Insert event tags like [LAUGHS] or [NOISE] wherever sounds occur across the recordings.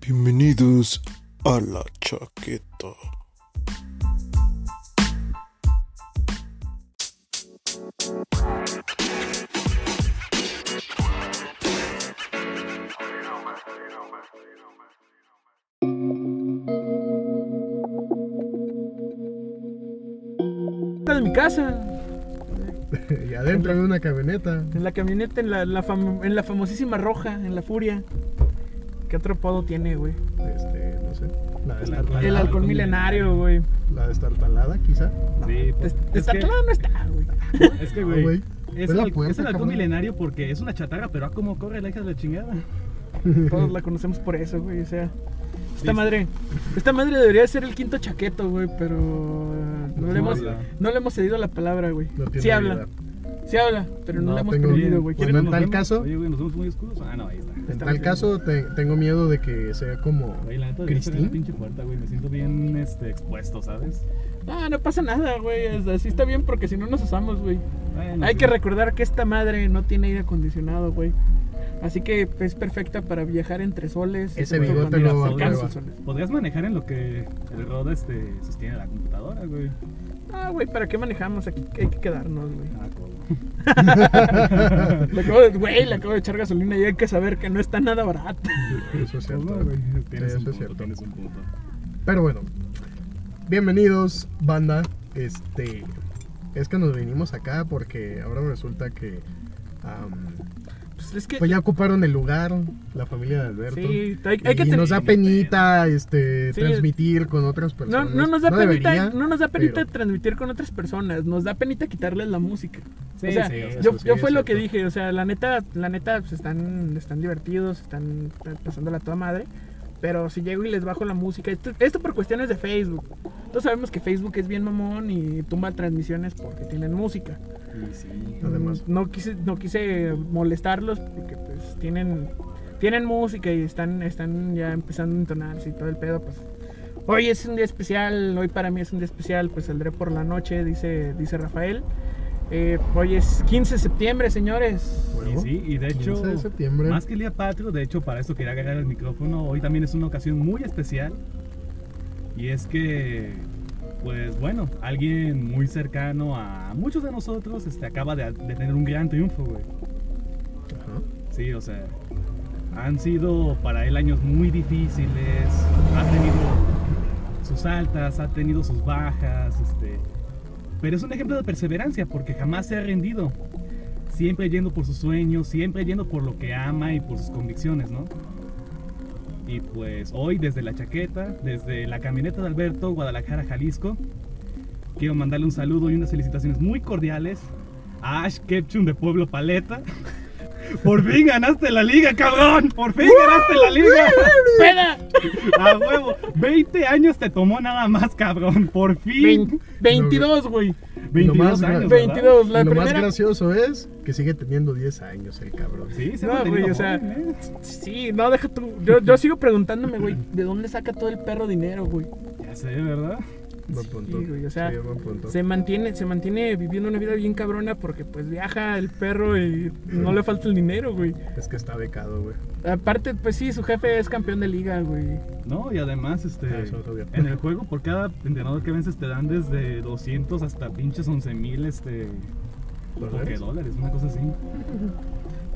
Bienvenidos a la chaqueta. de mi casa. [LAUGHS] Y adentro había una camioneta. En la camioneta, en la, en la fam- en la famosísima roja, en la furia. ¿Qué otro apodo tiene, güey? Este, no sé. La destartalada. El halcón milenario, güey. La destartalada, quizá. Sí, pues, Es- es, Está que, claro, no está, güey. [LAUGHS] es que, Ah, güey, güey. es, Ve la el, puerta, es el halcón cabrón. milenario porque es una chatarra, pero a cómo corre la hija de la chingada. Todos la conocemos por eso, güey. O sea, esta madre, esta madre debería ser el quinto chaqueto, güey, pero no le hemos, habla. no le hemos cedido la palabra, güey. No tiene sí habla, vida. sí habla, pero no, No le hemos tengo- permitido, güey. Bueno, ¿Quieren- pues, en nos tal vemos? caso- Oye, güey, nos vemos muy escudos. Ah, no, ahí está. En Está tal bien. caso, te- tengo miedo de que sea como. Güey, la neta debería ser la Cristín. pinche puerta, güey. Me siento bien este, expuesto, ¿sabes? Ah, no pasa nada, güey. es- Así está bien porque si no nos usamos, güey. Bueno, Hay sí. que recordar que esta madre no tiene aire acondicionado, güey. Así que es perfecta para viajar entre soles. Ese Pero bigote cuando lo se alcanza aprueba. el sol. Podrías manejar en lo que el Rod este, sostiene la computadora, güey. Ah, güey, ¿para qué manejamos? Aquí hay que quedarnos, güey. Ah, codo. Le acabo de, güey, le acabo de echar gasolina y hay que saber que no está nada barato. [LAUGHS] Eso es cierto. Codo, Pues, güey. Tienes Eso un es punto, cierto. Tienes un punto. Pero bueno. Bienvenidos, banda. Este. Es que nos vinimos acá porque ahora resulta que. am, Pues es que. pues ya ocuparon el lugar, la familia de Alberto. sí, hay, hay que y tener- nos da penita este, Sí. transmitir con otras no, personas. no nos da penita, debería, no nos da penita pero- transmitir con otras personas, nos da penita quitarles la música. Sí, o sea, sí, o sea, yo, eso sí, yo es fue lo que cierto. dije, o sea, la neta, la neta, pues están, están divertidos, están, están pasándola a toda madre. Pero si llego y les bajo la música, esto, esto por cuestiones de Facebook. Todos sabemos que Facebook es bien mamón y tumba transmisiones porque tienen música. Y sí. Además. Mm, No quise, no quise molestarlos porque pues tienen, tienen música y están, están ya empezando a entonarse y todo el pedo, pues. Hoy es un día especial, hoy para mí es un día especial, pues saldré por la noche, dice, dice Rafael. Eh, hoy es 15 de septiembre, señores. Huevo. Y sí, y de hecho, 15 de septiembre. más que el día patrio, de hecho, para eso quería agarrar el micrófono. Hoy también es una ocasión muy especial. Y es que, pues bueno, alguien muy cercano a muchos de nosotros este, acaba de, de tener un gran triunfo, güey. Ajá. Sí, o sea, han sido para él años muy difíciles. Ha tenido sus altas, ha tenido sus bajas, este. Pero es un ejemplo de perseverancia porque jamás se ha rendido. Siempre yendo por sus sueños, siempre yendo por lo que ama y por sus convicciones, ¿no? Y pues hoy desde la chaqueta, desde la camioneta de Alberto, Guadalajara, Jalisco, quiero mandarle un saludo y unas felicitaciones muy cordiales a Ash Ketchum de Pueblo Paleta. [LAUGHS] Por fin ganaste la liga, cabrón. Por fin ganaste la liga. ¡Peda! A huevo. 20 años te tomó nada más, cabrón. Por fin. Vein- 22, güey. 22 Nomás, años. ¿verdad? 22, Pues la Y lo más primera. gracioso es que sigue teniendo 10 años el cabrón. Sí, se No, ha mantenido güey, o sea, joven, ¿eh? Sí, no, deja tú. Yo, yo sigo preguntándome, güey, ¿de dónde saca todo el perro dinero, güey? Ya sé, ¿verdad? Buen punto. Sí, güey, o sea, Sí, buen punto. Se mantiene, se mantiene viviendo una vida bien cabrona porque pues viaja el perro y no le falta el dinero, güey. Es que está becado, güey. Aparte, pues sí, su jefe es campeón de liga, güey. No, y además, este. Ah, eso es obvio. En el juego, por cada entrenador que vences, te dan desde 200 hasta pinches 11 mil, este. Porque ¿Dólares? dólares, una cosa así.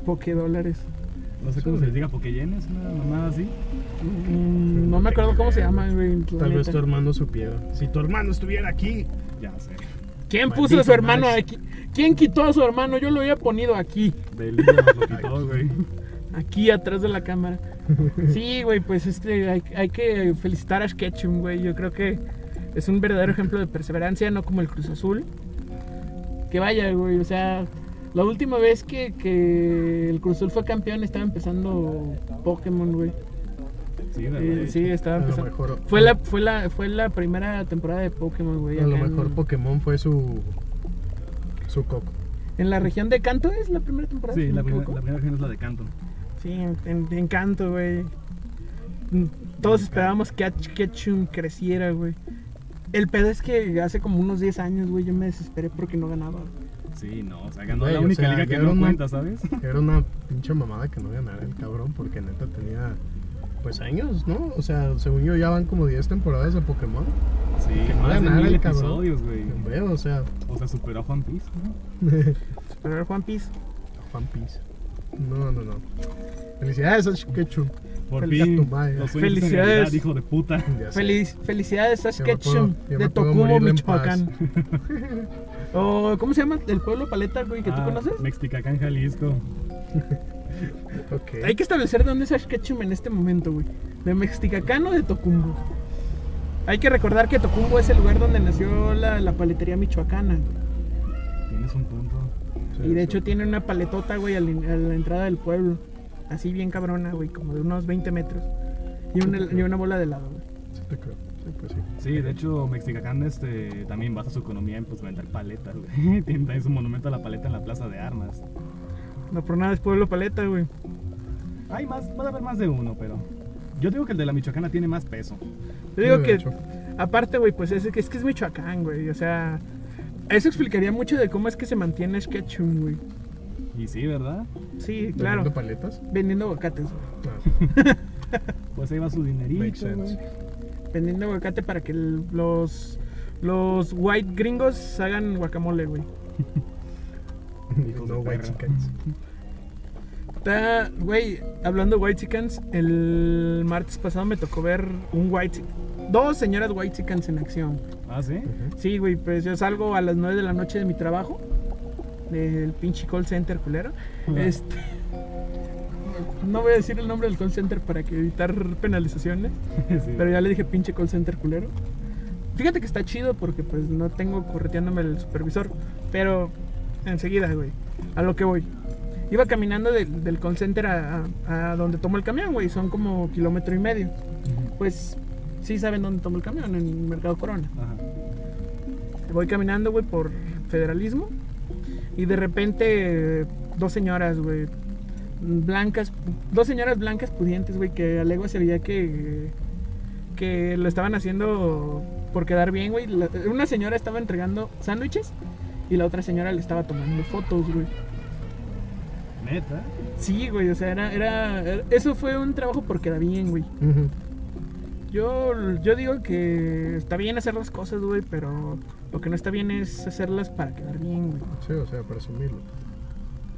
Poque dólares. No sé cómo se les diga, porque yenes, una mamada así. Mm, no me acuerdo cómo se llama, güey. la Tal vez neta. tu hermano supiera. Si tu hermano estuviera aquí. Ya sé. ¿Quién puso a su Maldito hermano Max. aquí? ¿Quién quitó a su hermano? Yo lo había ponido aquí. Del libro [LAUGHS] nos lo quitó, güey. Aquí atrás de la cámara. [LAUGHS] Sí, güey, pues este, hay, hay que felicitar a Ash Ketchum, güey. Yo creo que es un verdadero ejemplo de perseverancia, no como el Cruz Azul. Que vaya, güey, o sea, la última vez que, que el Cruz Azul fue campeón estaba empezando Pokémon, güey. Sí, ¿verdad? Eh, sí, A estaba lo empezando. mejor. Fue la, fue, la, fue la primera temporada de Pokémon, güey. A lo acá en- mejor Pokémon fue su. Su coco. En la región de Canto es la primera temporada. Sí, si no la me primera, equivoco? la primera versión es la de Canto. Sí, en, en- en Encanto, güey. Mm, Todos esperábamos que Ash Ketchum creciera, güey. El pedo es que hace como unos 10 años, güey, yo me desesperé porque no ganaba. Sí, no, o sea, ganó Güey, la o única sea, liga que ganó no una- cuenta, ¿sabes? Era una pinche mamada que no ganara el cabrón porque neta tenía pues años, ¿no? O sea, según yo ya van como 10 temporadas de Pokémon. Sí, Que no más de ganara mil el cabrón. episodios, güey. Hombre, o sea, O sea, superó a Juan Piece, ¿no? Pero el Juan Piz. Juan Piece. No, no, no. Felicidades a Ketchum. Por Feliz- fin, a tu madre. los sueños en Felicidades. realidad, hijo de puta. Ya sé. Feliz, felicidades a Yo me puedo- Sketchum yo de me puedo Tocubo, morir en paz. Michoacán. [LAUGHS] O, ¿Cómo se llama el pueblo paleta, güey, que tú Ah, conoces? Mexicacán, Jalisco. Ok. Hay que establecer de dónde es Ashketchum en este momento, güey. ¿De Mexicacán o de Tocumbo? Hay que recordar que Tocumbo es el lugar donde nació la, la paletería michoacana. güey. Tienes un punto. y de hecho tiene una paletota, güey, a la, a la entrada del pueblo. Así bien cabrona, güey, como de unos 20 metros. Y una, y una bola de helado, güey. Sí, te creo. Sí, pues sí. Sí, de hecho, Mexicacán este, también basa su economía en pues, vender paletas, güey. [LAUGHS] Tiene también su monumento a la paleta en la plaza de armas. No por nada es pueblo paleta, güey. Hay más, puede haber más de uno, pero. Yo digo que el de la Michoacana tiene más peso. Yo digo Sí, de que, hecho. aparte, güey, pues es, que- es que es Michoacán, güey. O sea, eso explicaría mucho de cómo es que se mantiene Ashketchum, güey. Y sí, ¿verdad? Sí, claro. [LAUGHS] ¿Vendiendo paletas? Vendiendo aguacates, güey. Ah, Pues ahí va su makes dinerito. güey. sense. vendiendo aguacate para que el- los los white gringos hagan guacamole, güey. Hijos de No white perra. chickens. Está, güey, hablando de white chickens, el martes pasado me tocó ver un white chick- dos señoras white chickens en acción. Ah, sí. Sí, güey, pues yo salgo a las 9 de la noche de mi trabajo del pinche call center culero. Ajá. Este [LAUGHS] no voy a decir el nombre del call center para que evitar penalizaciones. [LAUGHS] Sí. Pero ya le dije pinche call center culero. Fíjate que está chido porque pues no tengo correteándome el supervisor. Pero enseguida, güey. A lo que voy. Iba caminando del- del call center a, a- a donde tomo el camión, güey. Son como kilómetro y medio. Ujú. Pues sí saben dónde tomo el camión, en Mercado Corona. Ajá. Voy caminando, güey, por federalismo. Y de repente, eh, dos señoras, güey. Blancas, dos señoras blancas pudientes, güey, que a legua se veía que, que lo estaban haciendo por quedar bien, güey. La- Una señora estaba entregando sándwiches y la otra señora le estaba tomando fotos, güey. Neta. Sí, güey, o sea, era, era, era- eso fue un trabajo por quedar bien, güey. Ujú. Yo, yo digo que está bien hacer las cosas, güey, pero lo que no está bien es hacerlas para quedar bien, güey. Sí, o sea, presumirlo.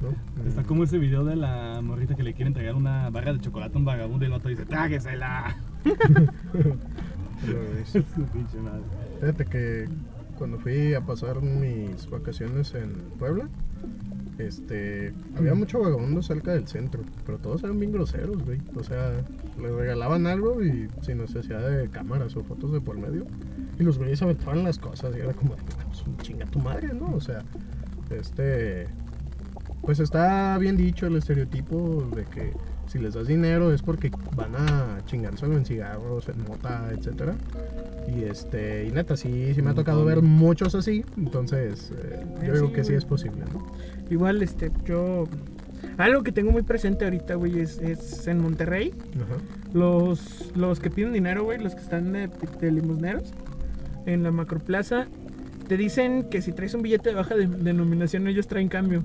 ¿No? Mm. Está como ese video de la morrita que le quiere entregar una barra de chocolate a un vagabundo y el otro dice: ¡Tráguesela! [LAUGHS] Lo ves. Su pinche madre. Fíjate que cuando fui a pasar mis vacaciones en Puebla, este, había mucho vagabundo cerca del centro, pero todos eran bien groseros, güey. O sea, les regalaban algo y sin necesidad de cámaras o fotos de por medio. Y los güeyes aventaban las cosas y era como, "Pues, chinga tu madre, ¿no? O sea, este, pues está bien dicho el estereotipo de que si les das dinero es porque van a chingárselo en cigarros, en mota, etcétera. Y este, y neta, sí, sí me ha tocado ver muchos así, entonces eh, yo Sí, digo que sí güey. es posible, ¿no? Igual, este, yo. Algo que tengo muy presente ahorita, güey, es, es en Monterrey. Ajá. Los, los que piden dinero, güey, los que están de, de limosneros en la macroplaza, te dicen que si traes un billete de baja de- denominación, ellos traen cambio.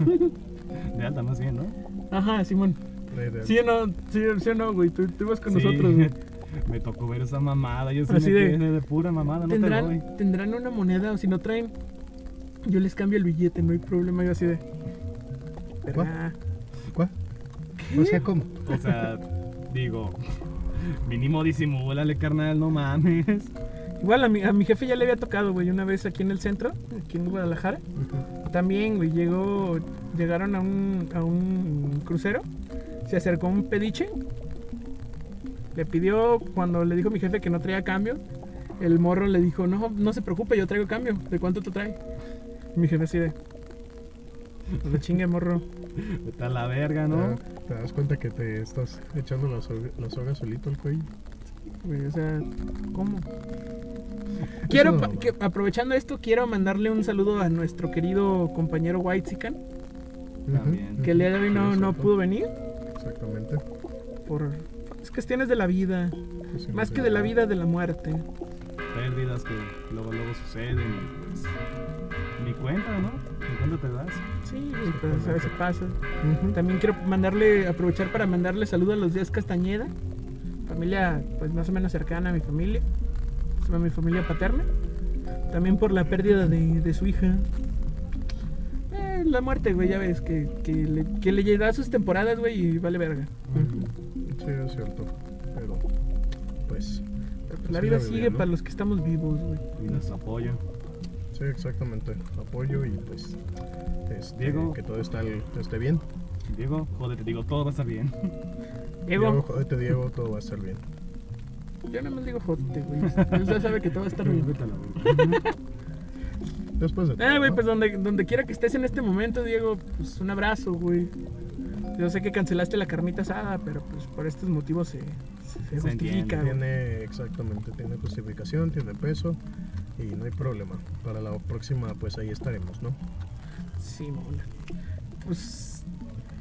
Ujú. De alta, más bien, ¿no? Ajá, Simón. Ahí de- Sí o no, sí, sí o no, güey, tú, tú ibas con Sí. nosotros, güey. [LAUGHS] Me tocó ver esa mamada. Yo sí Así me de- quedé de pura mamada, no te doy. ¿Tendrán, tendrán una moneda o si no traen, yo les cambio el billete, no hay problema. Yo así de. "Verga". ¿Cuál? O sea, ¿cómo? O sea, digo, [LAUGHS] mínimo disimúlale, carnal, no mames. Igual a mi, a mi jefe ya le había tocado, güey, una vez aquí en el centro, aquí en Guadalajara. Ujú. También, güey, llegó, llegaron a un, a un crucero, se acercó un pediche, le pidió, cuando le dijo mi jefe que no traía cambio, el morro le dijo, no, no se preocupe, yo traigo cambio, ¿de cuánto te trae? Mi jefe así de, no le chingue, morro. Vete a la Ah, verga, ¿no? Ah, Te- Te das cuenta que te estás echando la soga, la soga solito al cuello. Güey, o sea, ¿cómo? Quiero, una pa- mamada. que- aprovechando esto, quiero mandarle un saludo a nuestro querido compañero Whitesican, También. Ujú. que el día de hoy no, Sí, no exacto. pudo venir Exactamente. por... Es cuestiones de la vida. Pues Sí, sí, Más sí. que de la vida, de la muerte. Pérdidas que luego, luego suceden. y pues, ni cuenta, ¿no? Ni cuenta te das. Sí, güey, pero a veces pasa. Ujú. También quiero mandarle, aprovechar para mandarle saludo a los días Castañeda, familia, pues más o menos cercana a mi familia, a mi familia paterna. También por la pérdida de, de su hija. Eh, la muerte, güey, ya ves, que, que, le, que le da sus temporadas, güey, y vale verga. Sí, es cierto. Pero, pues. La así vida viví, sigue ¿no? para los que estamos vivos, güey. Y nuestro apoyo. Sí, exactamente. Apoyo y pues. este, Diego. Que todo está, esté bien. Diego, joder, te digo, todo va a estar bien. Ego, jódete, Diego, todo va a estar bien. yo nada más digo jote, güey. Él ya sabe que todo está bien. Vete a la verga. Después de Eh, güey, ¿no? pues donde, donde quiera que estés en este momento, Diego, pues un abrazo, güey. Yo sé que cancelaste la carnita asada, pero pues por estos motivos se, se, se Se justifica, güey. Tiene, exactamente, tiene justificación, tiene peso y no hay problema. Para la próxima, pues ahí estaremos, ¿no? Sí, mola. Pues.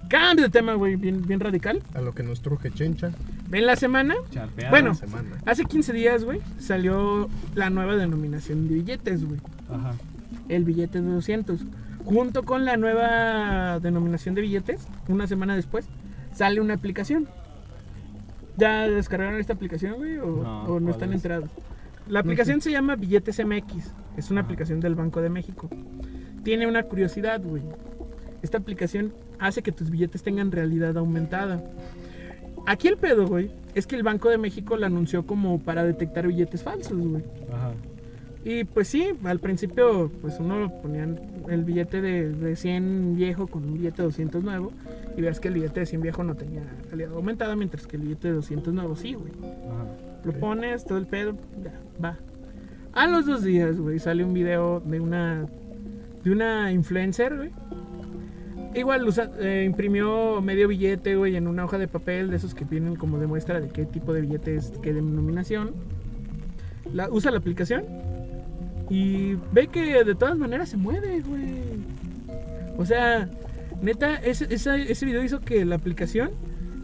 Cambio de tema, güey, bien, bien radical. A lo que nos truje Chencha, Ven la semana. Charpeadas. Bueno. la semana. Hace 15 días, güey, salió la nueva denominación de billetes, güey. Ajá. El billete de 200. Junto con la nueva denominación de billetes, una semana después, sale una aplicación. ¿Ya descargaron esta aplicación, güey? ¿O No, o no, ¿cuál están es? enterados? La aplicación se llama Billetes MX. Es una Ah. aplicación del Banco de México. Tiene una curiosidad, güey. Esta aplicación hace que tus billetes tengan realidad aumentada. Aquí el pedo, güey, es que el Banco de México la anunció como para detectar billetes falsos, güey. Ajá. Y pues sí, al principio pues uno lo ponían el billete de, de 100 viejo con un billete de 200 nuevo y veas que el billete de 100 viejo no tenía calidad aumentada, mientras que el billete de 200 nuevo sí, güey. Ajá. Lo Ok. pones, todo el pedo, ya, va. A los dos días, güey, sale un video de una, de una influencer, güey. Igual usa- eh, imprimió medio billete, güey, en una hoja de papel de esos que vienen como de muestra de qué tipo de billete es, qué denominación. La, usa la aplicación y ve que de todas maneras se mueve, güey. O sea, neta, ese, esa- ese video hizo que la aplicación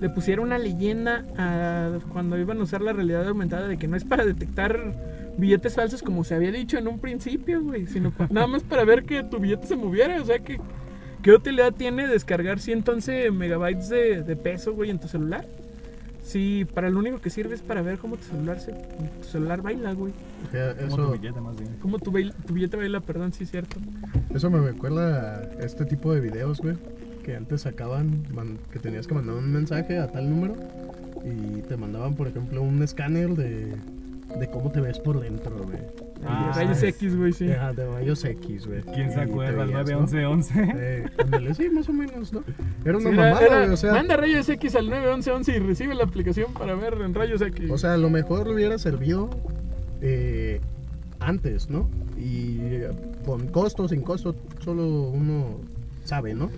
le pusiera una leyenda a cuando iban a usar la realidad aumentada de que no es para detectar billetes falsos como se había dicho en un principio, güey, sino pa- nada más para ver que tu billete se moviera, o sea que qué utilidad tiene descargar 111 megabytes de, de peso, güey, en tu celular. Sí, para lo único que sirve es para ver cómo tu celular se, tu celular baila, güey. Ya, Como tu Eso, billete más bien. Cómo tu, bail- tu billete baila, perdón, sí es cierto. eso me recuerda a este tipo de videos, güey. Que antes sacaban, man- que tenías que mandar un mensaje a tal número y te mandaban, por ejemplo, un escáner de, de cómo te ves por dentro, güey. Ah, El de rayos sí. X, güey, sí. Ajá, De rayos X, güey. ¿Quién se Y te acuerda? El veías, ¿no? 911. Eh, ándale, sí, más o menos, ¿no? Era una Sí, era- mamada, era- güey, o sea, manda rayos X al 911 y recibe la aplicación para ver en rayos X. o sea, a lo mejor le hubiera servido eh, antes, ¿no? Y eh, con costo, sin costo, solo uno sabe, ¿no?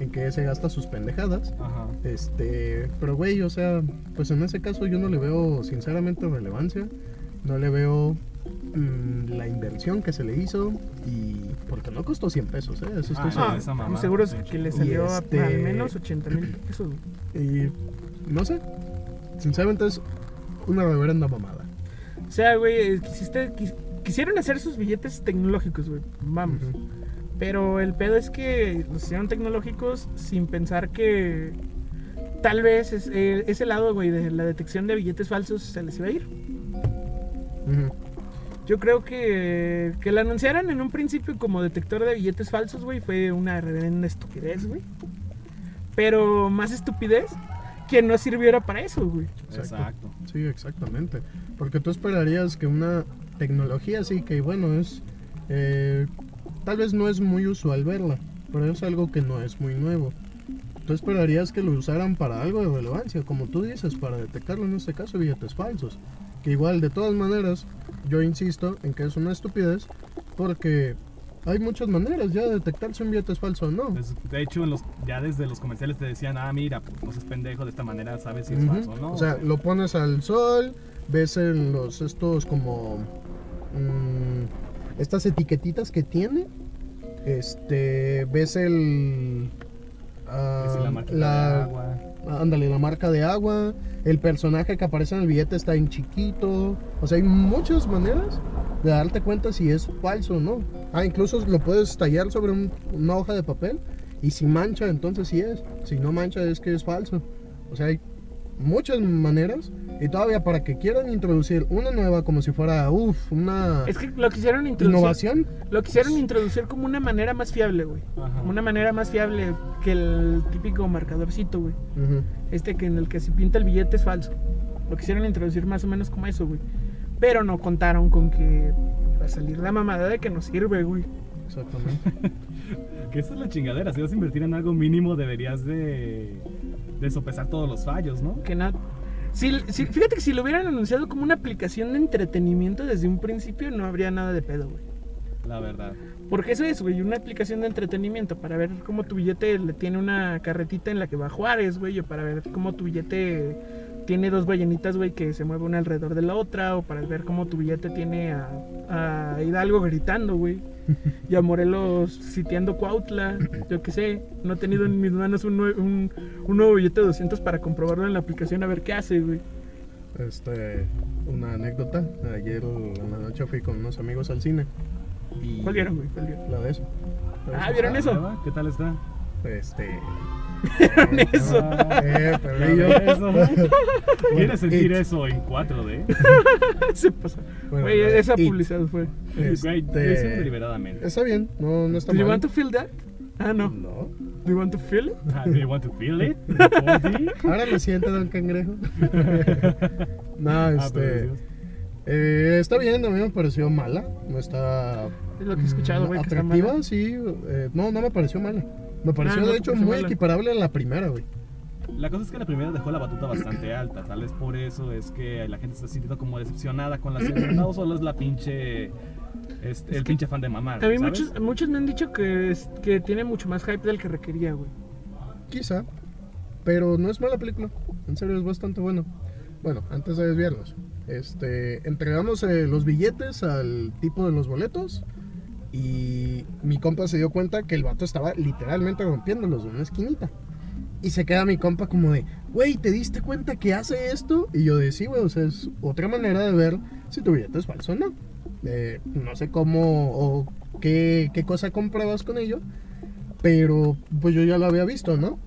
En qué se gasta sus pendejadas. Ajá. Este, pero güey, o sea, pues en ese caso yo no le veo sinceramente relevancia, no le veo mm, la inversión que se le hizo y porque no costó 100 pesos, ¿eh? Eso estoy Ah, seguro. no, esa mamada, estamos seguros sí. que le Y salió a- este- al menos 80 mil pesos. güey. Y no sé, sinceramente es una reverenda mamada. O sea, güey, eh, quisiste- quis- quisieron hacer sus billetes tecnológicos, güey. Vamos. Ujú. Pero el pedo es que los hicieron tecnológicos sin pensar que tal vez es- eh, ese lado, güey, de la detección de billetes falsos se les iba a ir. Ujú. Yo creo que que la anunciaran en un principio como detector de billetes falsos, güey, fue una reverenda estupidez, güey. Pero más estupidez que no sirviera para eso, güey. Exacto. Sí, exactamente. Porque tú esperarías que una tecnología así, que bueno, es. eh, tal vez no es muy usual verla, pero es algo que no es muy nuevo. Tú esperarías que lo usaran para algo de relevancia, como tú dices, para detectarlo en este caso, billetes falsos. Que igual, de todas maneras, yo insisto en que es una estupidez, porque hay muchas maneras ya de detectar si un billete es falso o no. Pues, de hecho, en los, ya desde los comerciales te decían, ah, mira, pues no seas pendejo, de esta manera sabes si es Ujú. falso o no. O sea, lo pones al sol, ves en los estos como mm, estas etiquetitas que tiene. Este, ves el ah, Es la máquina de agua. ándale, la marca de agua, el personaje que aparece en el billete está en chiquito. O sea, hay muchas maneras de darte cuenta si es falso o no. Ah, incluso lo puedes tallar sobre un- una hoja de papel y si mancha, entonces sí es. Si no mancha, es que es falso. O sea, hay muchas maneras Y todavía para que quieran introducir una nueva como si fuera, uff, una Es que lo quisieron introducir. innovación. Lo quisieron introducir como una manera más fiable, güey. Ajá. Como una manera más fiable que el típico marcadorcito, güey. Ujú. Este que en el que se pinta el billete es falso. Lo quisieron introducir más o menos como eso, güey. Pero no contaron con que va a salir la mamada de que no sirve, güey. Exactamente. Que esa es la chingadera. Si vas a invertir en algo mínimo, deberías de, de sopesar todos los fallos, ¿no? Que nada. Si, si- fíjate que si lo hubieran anunciado como una aplicación de entretenimiento desde un principio, no habría nada de pedo, güey. La verdad. Porque eso es, güey, una aplicación de entretenimiento para ver cómo tu billete le tiene una carretita en la que va Juárez, güey, o para ver cómo tu billete tiene dos ballenitas, güey, que se mueve una alrededor de la otra, o para ver cómo tu billete tiene a, a Hidalgo gritando, [LAUGHS] güey, y a Morelos sitiando Cuautla, yo qué sé. No he tenido en mis manos un, nue- un, un nuevo billete de 200 para comprobarlo en la aplicación a ver qué hace, güey. Este, una anécdota. Ayer en la noche fui con unos amigos al cine. Y ¿Cuál vieron, güey? ¿Cuál vieron? [LAUGHS] La de eso. Ah, ¿vieron Ah, eso? ¿verdad? ¿Qué tal está? [LAUGHS] Este. Eso. Ah, Eh, ya perrillo. ve eso. [LAUGHS] ¿Quieres sentir It. eso en [LAUGHS] 4D? Se pasó. Bueno, Güey, la de esa It. publicidad fue. Güey, lo Este, hicieron deliberadamente. Está bien, no, no está ¿Do you mal. ¿eh? want to feel that? Ah, no. No. ¿Do you want to feel it? Ah, ¿Do you want to [LAUGHS] feel it? Este, ¿4D? Ahora lo siente, don cangrejo. no, Ah, pero este. Dios. eh, está bien, a mí me pareció mala. No está. Es lo que he escuchado, mm, güey. que está Atractiva, mala. Ah, sí. eh, no, no me pareció mala. Me pareció, no de te hecho, pareció muy mala. equiparable a la primera, güey. La cosa es que la primera dejó la batuta bastante alta, tal vez por eso es que la gente está sintiendo como decepcionada con [CLEARS THROAT] la segunda o solo es la pinche este, el pinche fan de mamar. A mí ¿sabes? muchos, muchos me han dicho que, es- que tiene mucho más hype del que requería, güey. Quizá. Pero no es mala película. En serio, es bastante bueno. Bueno, antes de desviarnos. Este, entregamos eh, los billetes al tipo de los boletos. Y mi compa se dio cuenta que el vato estaba literalmente rompiéndolos de una esquinita. Y se queda mi compa como de, güey, ¿te diste cuenta que hace esto? Y yo de, sí, güey, o sea, es otra manera de ver si tu billete es falso o no. Eh, no sé cómo o qué, qué cosa compruebas con ello, pero pues yo ya lo había visto, ¿no?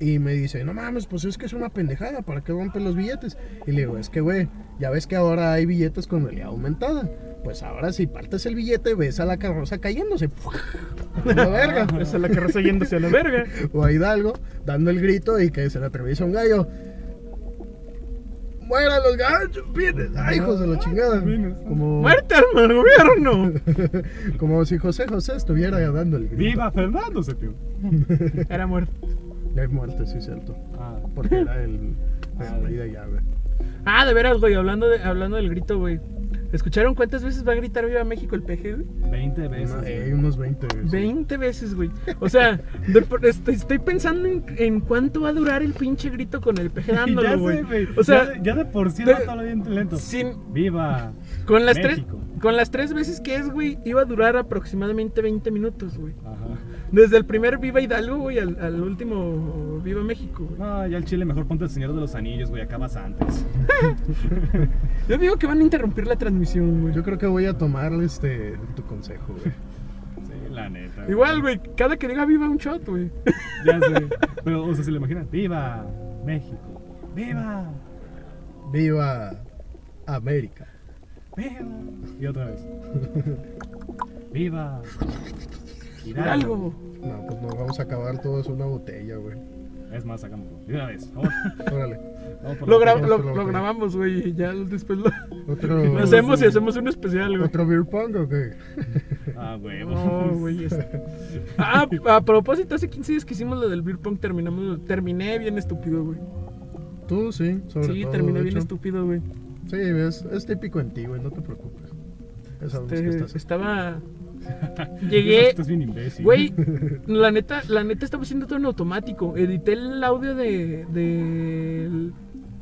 Y me dice, no mames, pues es que es una pendejada, ¿para qué rompen los billetes? Y le digo, es que, güey, ya ves que ahora hay billetes con realidad aumentada. Pues ahora si partes el billete, ves a la carroza cayéndose. [LAUGHS] A la verga. Esa es la carroza yéndose a la verga. O a Hidalgo, dando el grito y que se le atraviesa un gallo. ¡Muera los ganchos, pines! ¡Ay, hijos de la chingada! Como, [LAUGHS] ¡Muerte al gobierno! como si José José estuviera dando el grito. [LAUGHS] ¡Viva Fernando Septién! Era muerto. Hay muerte, sí, cierto. Ah, Porque era el. el rey de allá, güey. Ah, de veras, güey, hablando, de, hablando del grito, güey. ¿Escucharon cuántas veces va a gritar Viva México el PG, güey? 20 veces. Una- güey. eh, unos 20. güey, sí. 20 veces, güey. O sea, de por- este, estoy pensando en, en cuánto va a durar el pinche grito con el PG Y [LAUGHS] ya dándolo, sé, güey. güey. O sea, ya, de- ya de por sí de- va todo bien lento. sin, ¡Viva! Con las, tres, México. con las tres veces que es, güey, iba a durar aproximadamente 20 minutos, güey. Ajá. Desde el primer Viva Hidalgo, güey, al, al último Viva México, güey. No, ya el chile mejor ponte el Señor de los Anillos, güey, acabas antes. Yo digo que van a interrumpir la transmisión, güey. Yo creo que voy a tomar este, tu consejo, güey. Sí, la neta. güey. Igual, güey, cada que diga Viva un shot, güey. Ya sé. Pero, o sea, se lo imaginan. ¡Viva México! ¡Viva! ¡Viva América! ¡Viva! Y otra vez. ¡Viva! Hidalgo. No, pues nos vamos a acabar todos una botella, güey. Es más, hagámoslo. De una vez. Vamos, Órale. vamos por Lo, la- gra- vamos lo- por la lo botella. grabamos, güey, y ya [LAUGHS] después lo, [LAUGHS] Otro. lo hacemos y hacemos un especial, [LAUGHS] güey. ¿Otro beer pong o qué? Ah, huevo. [LAUGHS] No, güey. es- Ah, a propósito, hace 15 días que hicimos lo del beer pong, terminamos, terminé bien estúpido, güey. Tú sí, sobre Sí, todo. terminé de bien hecho. estúpido, güey. Sí, es, es típico en ti, güey, no te preocupes. Ya sabemos Este, que estás. [LAUGHS] estaba. Estás- Llegué. Estás bien imbécil. [LAUGHS] Güey, la neta, la neta estaba haciendo todo en automático. Edité el audio de, del-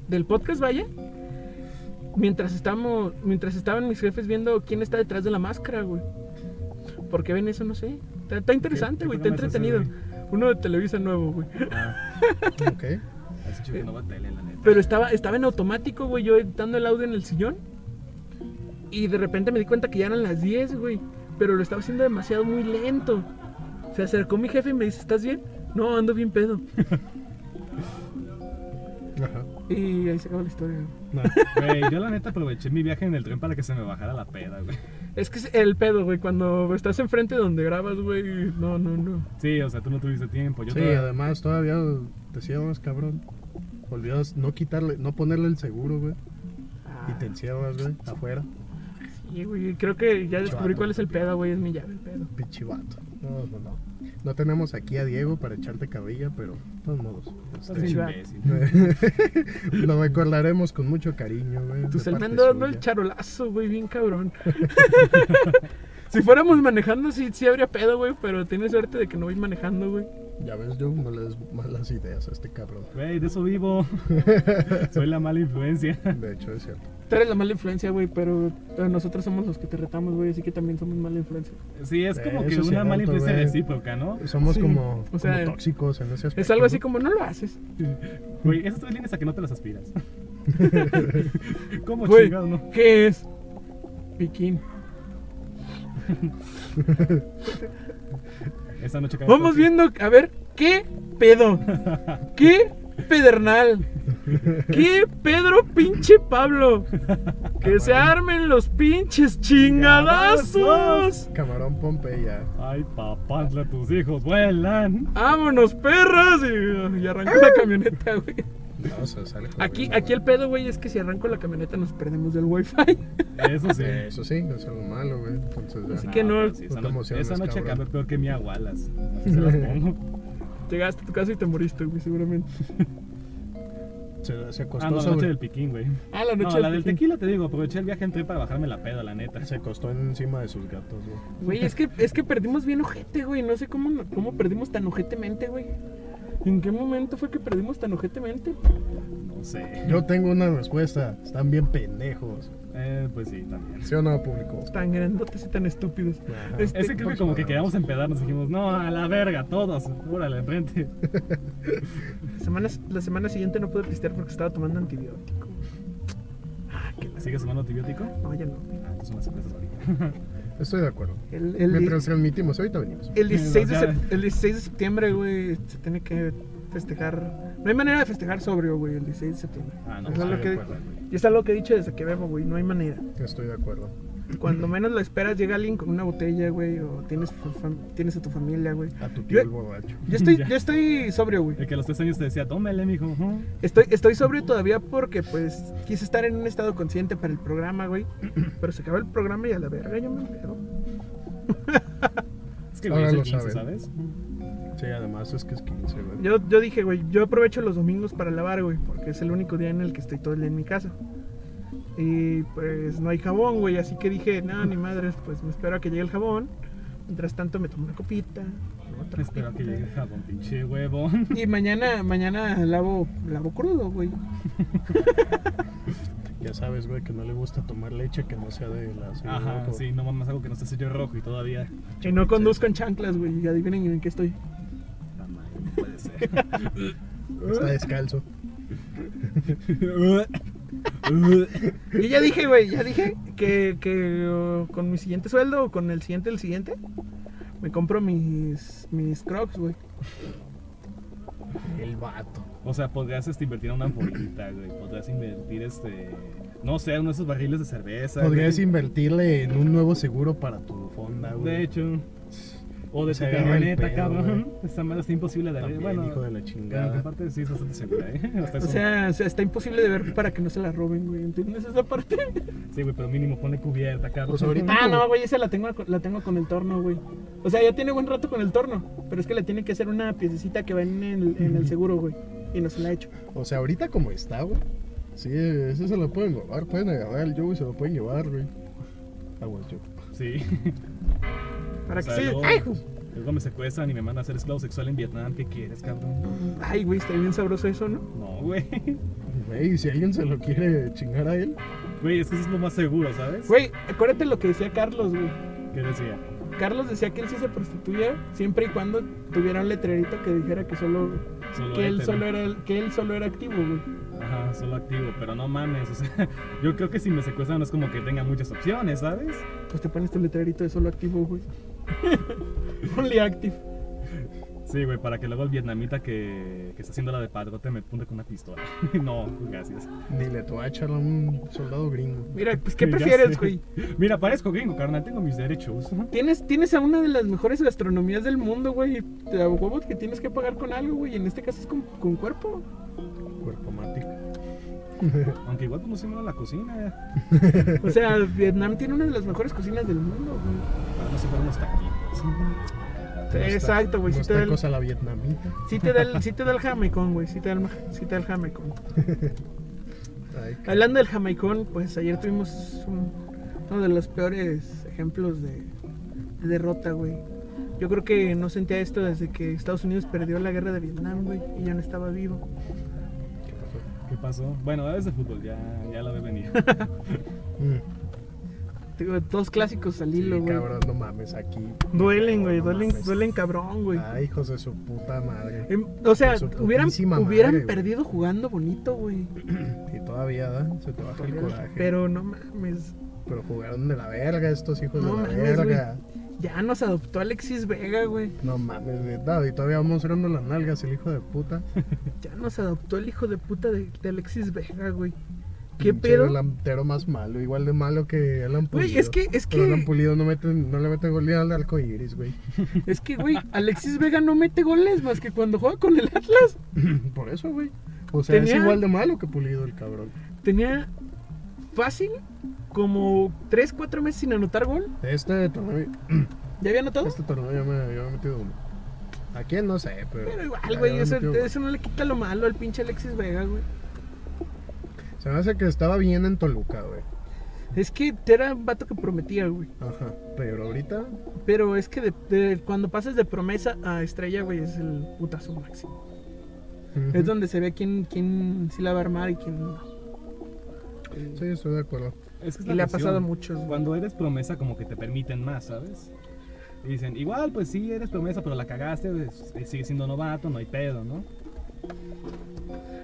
del podcast, vaya. Mientras estábamos, mientras estaban mis jefes viendo quién está detrás de la máscara, güey. ¿Por qué ven eso? No sé. Está, está interesante, qué güey, está programa es ese, entretenido. Uno de Televisa nuevo, güey. Ah, Ok. este. has dicho que no va a tele, la neta. Pero estaba, estaba en automático, güey, yo editando el audio en el sillón. Y de repente me di cuenta que ya eran las 10, güey. Pero lo estaba haciendo demasiado muy lento. Se acercó mi jefe y me dice, ¿estás bien? No, ando bien pedo. Ajá. Y ahí se acabó la historia. güey. [LAUGHS] No, güey, yo la neta aproveché mi viaje en el tren para que se me bajara la peda, güey. Es que es el pedo, güey, cuando estás enfrente donde grabas, güey, no, no, no. Sí, o sea, tú no tuviste tiempo. Yo sí, todavía- además todavía decíamos, cabrón, olvidas no quitarle, no ponerle el seguro, güey. Y te encierras, güey, afuera. Ah, Sí, güey, creo que ya descubrí cuál es el pedo, güey, es mi llave el pedo. Pichivato. No, no, no. No tenemos aquí a Diego para echarte cabilla, pero de todos modos. Estás pues, Sí, va. imbécil. Lo recordaremos con mucho cariño, güey. Tu de parte Selmén dando Pues el suya. charolazo, güey, bien cabrón. [LAUGHS] si fuéramos manejando, sí, sí habría pedo, güey, pero tienes suerte de que no voy manejando, güey. Ya ves, yo no le des malas ideas a este cabrón. Güey, de [LAUGHS] eso vivo. Soy la mala influencia. De hecho, es cierto. Tú eres la mala influencia, güey, pero eh, nosotros somos los que te retamos, güey, así que también somos mala influencia. Sí, es como Eso que sí es una mala cierto, influencia güey. recíproca, ¿no? Somos Sí, como, o sea, como tóxicos en ese aspecto. Es algo así ¿no? como no lo haces. Güey, esas tres líneas a que no te las aspiras. [LAUGHS] ¿Cómo Güey, chingados, no? ¿qué es? Piquín. Esa noche acabé Vamos con- viendo, a ver, ¿qué pedo? ¿Qué pedernal? ¿Qué Pedro pinche Pablo? Que se armen los pinches chingadazos. Camarón Pompeya. Ay, papá, tus hijos vuelan. ¡Vámonos, perras! Y, y arrancó la camioneta, güey. No, o sea, sale Aquí, corriendo, aquí el pedo, güey, es que si arranco la camioneta nos perdemos del wifi. [LAUGHS] Eso sí. güey. Eh, Eso sí, es algo malo, güey. Entonces, ya. Así que no- pero sí, No esa, te noche, emociones, esa noche cabrón. acabé peor que mi agualas. Así se las pongo. Ah, Llegaste a tu casa y te moriste, güey, seguramente. se, se Ah, acostó no, la noche sobre- del piquín, güey. Ah, la noche No, la del piquín. tequila te digo, aproveché el viaje en tren para bajarme la peda, la neta. Se acostó encima de sus gatos, güey. Güey, es que, es que perdimos bien ojete, güey. No sé cómo, no- cómo perdimos tan ojetemente, güey. ¿En qué momento fue que perdimos tan ojetemente? No sé. Yo tengo una respuesta. Están bien pendejos. Eh, pues sí, también. ¿Sí o no, público? Tan grandotes y tan estúpidos. Ajá. Este, Es que creo que como que quedamos en pedar, nos dijimos, no, a la verga, todos, órale, enfrente. semanas, la semana siguiente no pude pistear porque estaba tomando antibiótico. Ah, qué la... ¿Sigues tomando antibiótico? No, ya no. Ah, pues unas cervezas ahorita. Estoy de acuerdo. El, el, Mientras transmitimos, ahorita venimos. El 16, de Ya. sep- el 16 de septiembre, güey, se tiene que festejar. No hay manera de festejar sobrio, güey, el 16 de septiembre. Ah, no, Eso pues, es lo ah, que- de acuerdo, güey. Y es algo que he dicho desde que bebo, güey, no hay manera. Estoy de acuerdo. Cuando menos lo esperas, llega alguien con una botella, güey, o tienes, fa- fam- tienes a tu familia, güey. A tu Yo- tío el borracho. Yo estoy, Ya. yo estoy sobrio, güey. [LAUGHS] El que a los tres años te decía, tómele, mijo. ujú". Estoy, estoy sobrio todavía porque, pues, quise estar en un estado consciente para el programa, güey. Pero se acabó el programa y a la verga yo me pedo. Es que, güey, Ahora es el lo 15, saben. ¿sabes? Sí, además es que es 15, güey. Yo, yo dije, güey, yo aprovecho los domingos para lavar, güey, porque es el único día en el que estoy todo el día en mi casa. Y pues no hay jabón, güey, así que dije, no, ni madres, pues me espero a que llegue el jabón. Mientras tanto me tomo una copita, otra Espero que copita. llegue el jabón, pinche huevo. [LAUGHS] Y mañana, mañana lavo, lavo crudo, güey. Ya sabes, güey, que no le gusta tomar leche que no sea de la Ciudad Ajá, Rojo. sí, no mames, algo que no esté sello rojo [LAUGHS] y todavía. Y no conduzco en chanclas, güey, y adivinen en qué estoy. Ah, madre, No puede ser. Está descalzo. Y ya dije, güey, ya dije que, que oh, con mi siguiente sueldo o con el siguiente, el siguiente, me compro mis, mis crocs, güey. El vato. O sea, podrías este, invertir en una ampollita, güey. Podrías invertir, este. No sé, uno de esos barriles de cerveza. Podrías güey. invertirle en un nuevo seguro para tu fonda, güey. De hecho. O de Se tu agarra el camioneta, pedo, cabrón. Esta madre está imposible de abrir. También, Bueno, hijo de la en tu chingada. parte sí es bastante segura, ¿eh? [LAUGHS] Hasta O eso. sea, o sea, está imposible de ver para que no se la roben, güey. ¿Entiendes esa parte? Sí, güey, pero mínimo ponle cubierta, cabrón. Pues ahorita- Ah, no, güey, esa la tengo, la tengo con el torno, güey. O sea, ya tiene buen rato con el torno, pero es que le tiene que hacer una piececita que va en el, en el seguro, güey. Y no se la ha hecho. O sea, ahorita como está, güey. Sí, ese se lo pueden robar. Pueden agarrar el yo y se lo pueden llevar, güey. Aguas yo. Sí. Para O que sea, sí. luego- Ay, ju- Luego me secuestran y me mandan a ser esclavo sexual en Vietnam. ¿Qué quieres, cabrón? Ay, güey, está bien sabroso eso, ¿no? No, güey. [LAUGHS] Güey, si alguien se lo quiere chingar a él. Güey, es que eso es lo más seguro, ¿sabes? Güey, acuérdate lo que decía Carlos, güey. ¿Qué decía? Carlos decía que él sí se prostituía siempre y cuando tuviera un letrerito que dijera que solo Solo que él hétero. solo era el- que él solo era activo, güey. Ajá, solo activo, pero no mames, o sea, [LAUGHS] yo creo que si me secuestran no es como que tenga muchas opciones, ¿sabes? [LAUGHS] Pues te pones tu letrerito de solo activo, güey. Only active. Sí, güey, para que luego el vietnamita que, que está haciendo la de padrote me punte con una pistola. [LAUGHS] no, gracias. Dile tú a echarle a un soldado gringo. Mira, pues, ¿qué [LAUGHS] Ya prefieres, sé. güey? Mira, parezco gringo, carnal, tengo mis derechos. Tienes, tienes a una de las mejores gastronomías del mundo, güey. y A huevo que tienes que pagar con algo, güey. y En este caso es con, con cuerpo. Cuerpo mático. Aunque igual pues, no se mola la cocina. O [LAUGHS] sea, Vietnam tiene una de las mejores cocinas del mundo, güey. Para no se fueron los taquitos. Exacto, güey. Sí, te No está da no el- cosa la vietnamita. sí te da [LAUGHS] el- sí te da el jamaicón, güey. Sí te da el, ma- sí te da el jamaicón. Ay, qué- Hablando del jamaicón, pues ayer tuvimos un- uno de los peores ejemplos de, de derrota, güey. Yo creo que no sentía esto desde que Estados Unidos perdió la guerra de Vietnam, güey, y yo no estaba vivo. ¿Qué pasó? ¿Qué pasó? Bueno, es de fútbol, ya, ya la [LAUGHS] ve venir. Mm, Digo, Dos clásicos al hilo, sí, güey. cabrón, no mames aquí. Duelen, güey, No duelen, mames. duelen cabrón, güey. Ay, hijos de su puta madre. Em, O sea, de su hubieran, putísima madre, hubieran güey. perdido jugando bonito, güey. Y todavía, ¿da? Se te baja el coraje. Pero, Pero no mames. jugaron de la verga estos hijos No de la mames, güey. verga. Ya nos adoptó Alexis Vega, güey. No mames, güey. No, y todavía va mostrando las nalgas el hijo de puta. Ya nos adoptó el hijo de puta de, de Alexis Vega, güey. [LAUGHS] ¿Qué Pinche pedo? delantero más malo, igual de malo que Alan Pulido. Güey, es que- es Pero que- Alan Pulido no, mete, no le mete gol ni al arco iris, güey. [LAUGHS] Es que, güey, Alexis Vega no mete goles más que cuando juega con el Atlas. Por eso, güey. O sea, es Tenía- igual de malo que Pulido el cabrón. Tenía fácil como 3, 4 meses sin anotar gol. Este torneo, ¿Ya había anotado? este torneo ya me había metido uno. ¿A quién? No sé, pero. Pero igual, ya güey, había eso, metido uno. eso no le quita lo malo al pinche Alexis Vega, güey. Se me hace que estaba bien en Toluca, güey. Es que era un vato que prometía, güey. Ajá. Pero ahorita, Pero es que de- de- cuando pasas de promesa a estrella, güey, es el putazo máximo. Ujú. Es donde se ve quién, quién sí la va a armar y quién no. Sí, estoy de acuerdo. Es que es Y la le ha cuestión. pasado a muchos, güey. Cuando eres promesa, como que te permiten más, ¿sabes? Y dicen, igual, pues sí, eres promesa, pero la cagaste, pues, sigues siendo novato, no hay pedo, ¿no?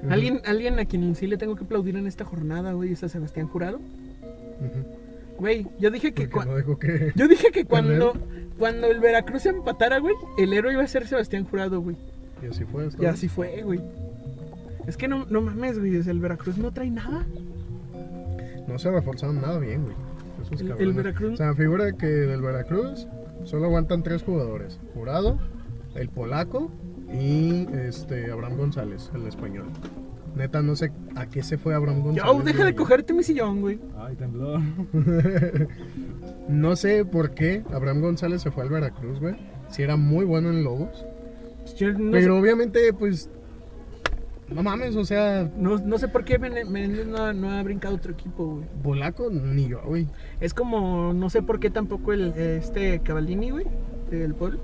Ujú. Alguien, alguien a quien sí le tengo que aplaudir en esta jornada, güey, es a Sebastián Jurado. Ujú. Güey, yo dije que... Porque cua- no dejó que. Yo dije que cuando, cuando el Veracruz empatara, güey, el héroe iba a ser Sebastián Jurado, güey. Y así fue. Y ¿sabes? así fue, güey. Es que no, no mames, güey. o sea, El Veracruz no trae nada. No se reforzaron nada bien, güey. Esos El- el cabrones. Veracruz- O sea, me figura que del Veracruz solo aguantan tres jugadores: Jurado, el polaco y este Abraham González, el español. Neta, no sé a qué se fue Abraham González. Yo, oh, deja de güey. cogerte mi sillón, güey. Ay, temblor. [LAUGHS] [LAUGHS] No sé por qué Abraham González se fue al Veracruz, güey. Si era muy bueno en Lobos. Pues yo no, pero obviamente, pues. No mames, o sea, sé, no, no sé por qué Mene- Menéndez no, ha- no ha brincado otro equipo, güey. polaco ni yo, güey. Es como, no sé por qué tampoco el, eh, este Cavallini, güey, del pueblo,